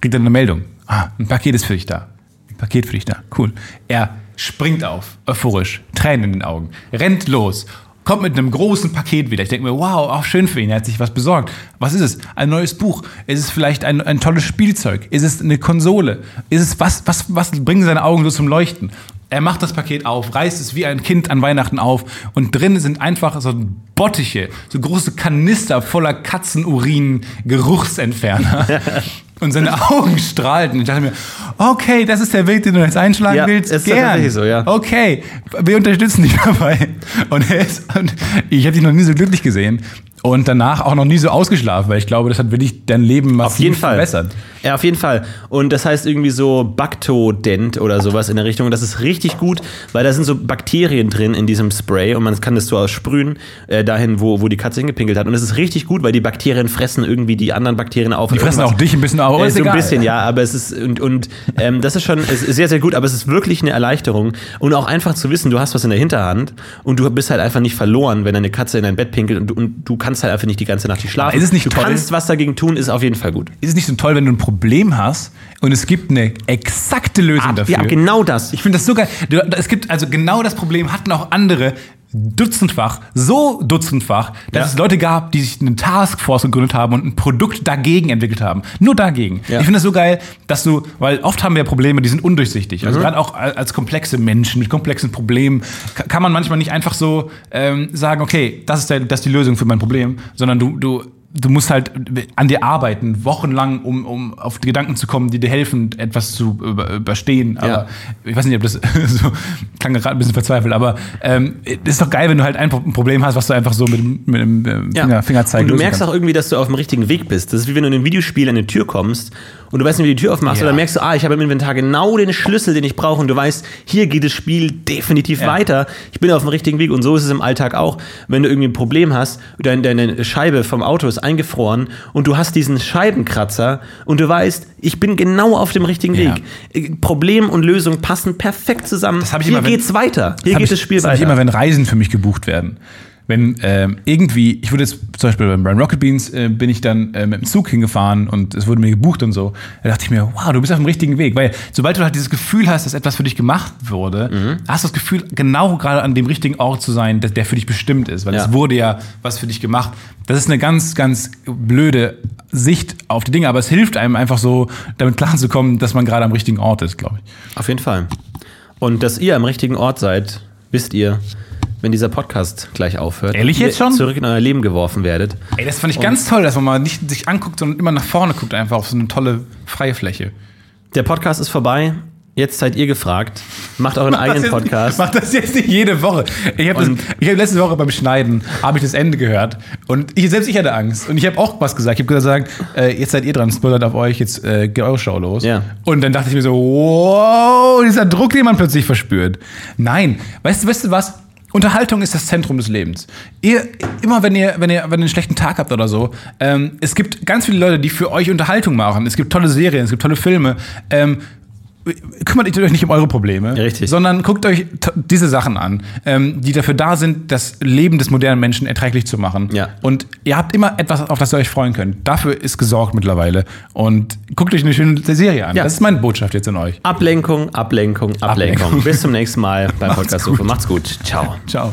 [SPEAKER 2] kriegt dann eine Meldung. Ah, ein Paket ist für dich da. Ein Paket für dich da. Cool. Er springt auf, euphorisch, Tränen in den Augen, rennt los, kommt mit einem großen Paket wieder. Ich denke mir, wow, auch schön für ihn, er hat sich was besorgt. Was ist es? Ein neues Buch? Ist es vielleicht ein, ein tolles Spielzeug? Ist es eine Konsole? Ist es was, was, was bringen seine Augen so zum Leuchten? Er macht das Paket auf, reißt es wie ein Kind an Weihnachten auf und drin sind einfach so Bottiche, so große Kanister voller Katzenurin,
[SPEAKER 1] [LAUGHS]
[SPEAKER 2] Geruchsentferner. und seine Augen strahlten. Ich dachte mir, okay, das ist der Weg, den du jetzt einschlagen
[SPEAKER 1] Ja,
[SPEAKER 2] willst.
[SPEAKER 1] ist tatsächlich so, ja.
[SPEAKER 2] Okay, wir unterstützen dich [LAUGHS] dabei. Und, er ist, und ich habe dich noch nie so glücklich gesehen und danach auch noch nie so ausgeschlafen, weil ich glaube, das hat wirklich dein Leben massiv
[SPEAKER 1] Auf jeden Fall.
[SPEAKER 2] verbessert.
[SPEAKER 1] Ja, auf jeden Fall. Und das heißt irgendwie so Bactodent oder sowas in der Richtung. Und Das ist richtig gut, weil da sind so Bakterien drin in diesem Spray und man kann das so aussprühen, äh, dahin, wo, wo die Katze hingepinkelt hat. Und das ist richtig gut, weil die Bakterien fressen irgendwie die anderen Bakterien auf.
[SPEAKER 2] Die fressen auch dich ein bisschen, aber
[SPEAKER 1] Äh,
[SPEAKER 2] ist
[SPEAKER 1] so ein
[SPEAKER 2] egal.
[SPEAKER 1] bisschen, ja, aber es ist, und, und ähm, das ist schon es ist sehr, sehr gut, aber es ist wirklich eine Erleichterung. Und auch einfach zu wissen, du hast was in der Hinterhand und du bist halt einfach nicht verloren, wenn deine Katze in dein Bett pinkelt und du, und du kannst halt einfach nicht die ganze Nacht nicht schlafen.
[SPEAKER 2] ist es nicht
[SPEAKER 1] du
[SPEAKER 2] toll?
[SPEAKER 1] kannst was dagegen tun, ist auf jeden Fall gut.
[SPEAKER 2] ist es nicht so toll, wenn du ein Problem hast und es gibt eine exakte Lösung dafür?
[SPEAKER 1] Ja, genau das.
[SPEAKER 2] Ich finde das so geil. Du- Es gibt also genau das Problem, hatten auch andere dutzendfach, so dutzendfach, dass
[SPEAKER 1] Ja.
[SPEAKER 2] es Leute gab, die sich eine Taskforce gegründet haben und ein Produkt dagegen entwickelt haben. Nur dagegen.
[SPEAKER 1] Ja.
[SPEAKER 2] Ich finde das so geil, dass du, weil oft haben wir Probleme, die sind undurchsichtig.
[SPEAKER 1] Mhm.
[SPEAKER 2] Also gerade auch als komplexe Menschen mit komplexen Problemen ka- kann man manchmal nicht einfach so ähm, sagen, okay, das ist, der, das ist die Lösung für mein Problem, sondern du, du du musst halt an dir arbeiten, wochenlang, um, um auf die Gedanken zu kommen, die dir helfen, etwas zu über- überstehen. Aber
[SPEAKER 1] Ja.
[SPEAKER 2] ich weiß nicht, ob das [LAUGHS] so klang gerade ein bisschen verzweifelt, aber ähm, es ist doch geil, wenn du halt ein Pro- ein Problem hast, was du einfach so mit, dem- mit dem ähm, Finger, Fingerzeig
[SPEAKER 1] Und du
[SPEAKER 2] lösen
[SPEAKER 1] merkst
[SPEAKER 2] kannst.
[SPEAKER 1] auch irgendwie, dass du auf dem richtigen Weg bist. Das ist wie wenn du in einem Videospiel an eine Tür kommst und du weißt nicht, wie du die Tür aufmachst.
[SPEAKER 2] Ja.
[SPEAKER 1] Und dann merkst du, ah, ich habe im Inventar genau den Schlüssel, den ich brauche. Und du weißt, hier geht das Spiel definitiv weiter. Ich bin auf dem richtigen Weg. Und so ist es im Alltag auch. Wenn du irgendwie ein Problem hast, deine, deine Scheibe vom Auto ist eingefroren und du hast diesen Scheibenkratzer und du weißt, ich bin genau auf dem richtigen
[SPEAKER 2] Ja.
[SPEAKER 1] Weg. Äh, Problem und Lösung passen perfekt zusammen.
[SPEAKER 2] hab ich
[SPEAKER 1] hier
[SPEAKER 2] immer, wenn-
[SPEAKER 1] geht's weiter. Hier
[SPEAKER 2] hab
[SPEAKER 1] geht
[SPEAKER 2] ich,
[SPEAKER 1] das Spiel
[SPEAKER 2] hab
[SPEAKER 1] weiter.
[SPEAKER 2] Ich immer, wenn Reisen für mich gebucht werden. Wenn ähm, irgendwie, ich wurde jetzt zum Beispiel beim Brian Rocket Beans, äh, bin ich dann äh, mit dem Zug hingefahren und es wurde mir gebucht und so. Da dachte ich mir, wow, du bist auf dem richtigen Weg. Weil sobald du halt dieses Gefühl hast, dass etwas für dich gemacht wurde, hast du das Gefühl, genau gerade an dem richtigen Ort zu sein, der, der für dich bestimmt ist. Weil
[SPEAKER 1] Ja.
[SPEAKER 2] es wurde ja was für dich gemacht. Das ist eine ganz, ganz blöde Sicht auf die Dinge, aber es hilft einem einfach so, damit klarzukommen, dass man gerade am richtigen Ort ist, glaube ich.
[SPEAKER 1] Auf jeden Fall. Und dass ihr am richtigen Ort seid, wisst ihr, wenn dieser Podcast gleich aufhört.
[SPEAKER 2] Ehrlich
[SPEAKER 1] ihr
[SPEAKER 2] jetzt schon?
[SPEAKER 1] Zurück in euer Leben geworfen werdet.
[SPEAKER 2] Ey, das fand ich ganz toll, dass man mal nicht sich anguckt, sondern immer nach vorne guckt, einfach auf so eine tolle freie Fläche.
[SPEAKER 1] Der Podcast ist vorbei. Jetzt seid ihr gefragt. Macht
[SPEAKER 2] [LAUGHS]
[SPEAKER 1] euren eigenen Podcast.
[SPEAKER 2] Macht das jetzt nicht jede Woche. Ich habe
[SPEAKER 1] Und-
[SPEAKER 2] hab letzte Woche beim Schneiden habe ich das Ende gehört und ich, selbst ich hatte Angst und ich habe auch was gesagt. Ich habe gesagt, äh, jetzt seid ihr dran, spoilert auf euch, jetzt äh, geht eure Show los.
[SPEAKER 1] Ja.
[SPEAKER 2] Und dann dachte ich mir so, wow, dieser Druck, den man plötzlich verspürt. Nein, weißt du, weißt du was? Unterhaltung ist das Zentrum des Lebens. Ihr, immer wenn ihr, wenn ihr, wenn ihr einen schlechten Tag habt oder so, ähm, es gibt ganz viele Leute, die für euch Unterhaltung machen. Es gibt tolle Serien, es gibt tolle Filme. Ähm, kümmert euch nicht um eure Probleme,
[SPEAKER 1] Ja, richtig.
[SPEAKER 2] sondern guckt euch t- diese Sachen an, ähm, die dafür da sind, das Leben des modernen Menschen erträglich zu machen.
[SPEAKER 1] Ja.
[SPEAKER 2] Und ihr habt immer etwas, auf das ihr euch freuen könnt. Dafür ist gesorgt mittlerweile. Und guckt euch eine schöne Serie an.
[SPEAKER 1] Ja.
[SPEAKER 2] Das ist meine Botschaft jetzt an euch.
[SPEAKER 1] Ablenkung, Ablenkung, Ablenkung,
[SPEAKER 2] Ablenkung.
[SPEAKER 1] Bis zum nächsten Mal beim
[SPEAKER 2] Macht's
[SPEAKER 1] Podcast Suche.
[SPEAKER 2] gut.
[SPEAKER 1] Macht's gut. Ciao.
[SPEAKER 2] Ciao.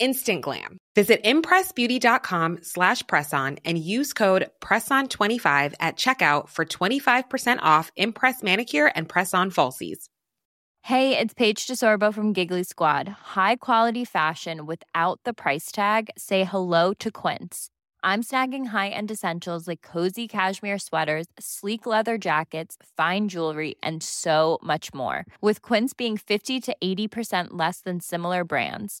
[SPEAKER 5] Instant glam. Visit impressbeauty.com slash presson and use code presson25 at checkout for 25% off Impress Manicure and Press-On Falsies.
[SPEAKER 6] Hey, it's Paige DeSorbo from Giggly Squad. High quality fashion without the price tag. Say hello to Quince. I'm snagging high-end essentials like cozy cashmere sweaters, sleek leather jackets, fine jewelry, and so much more. With Quince being 50 to 80% less than similar brands.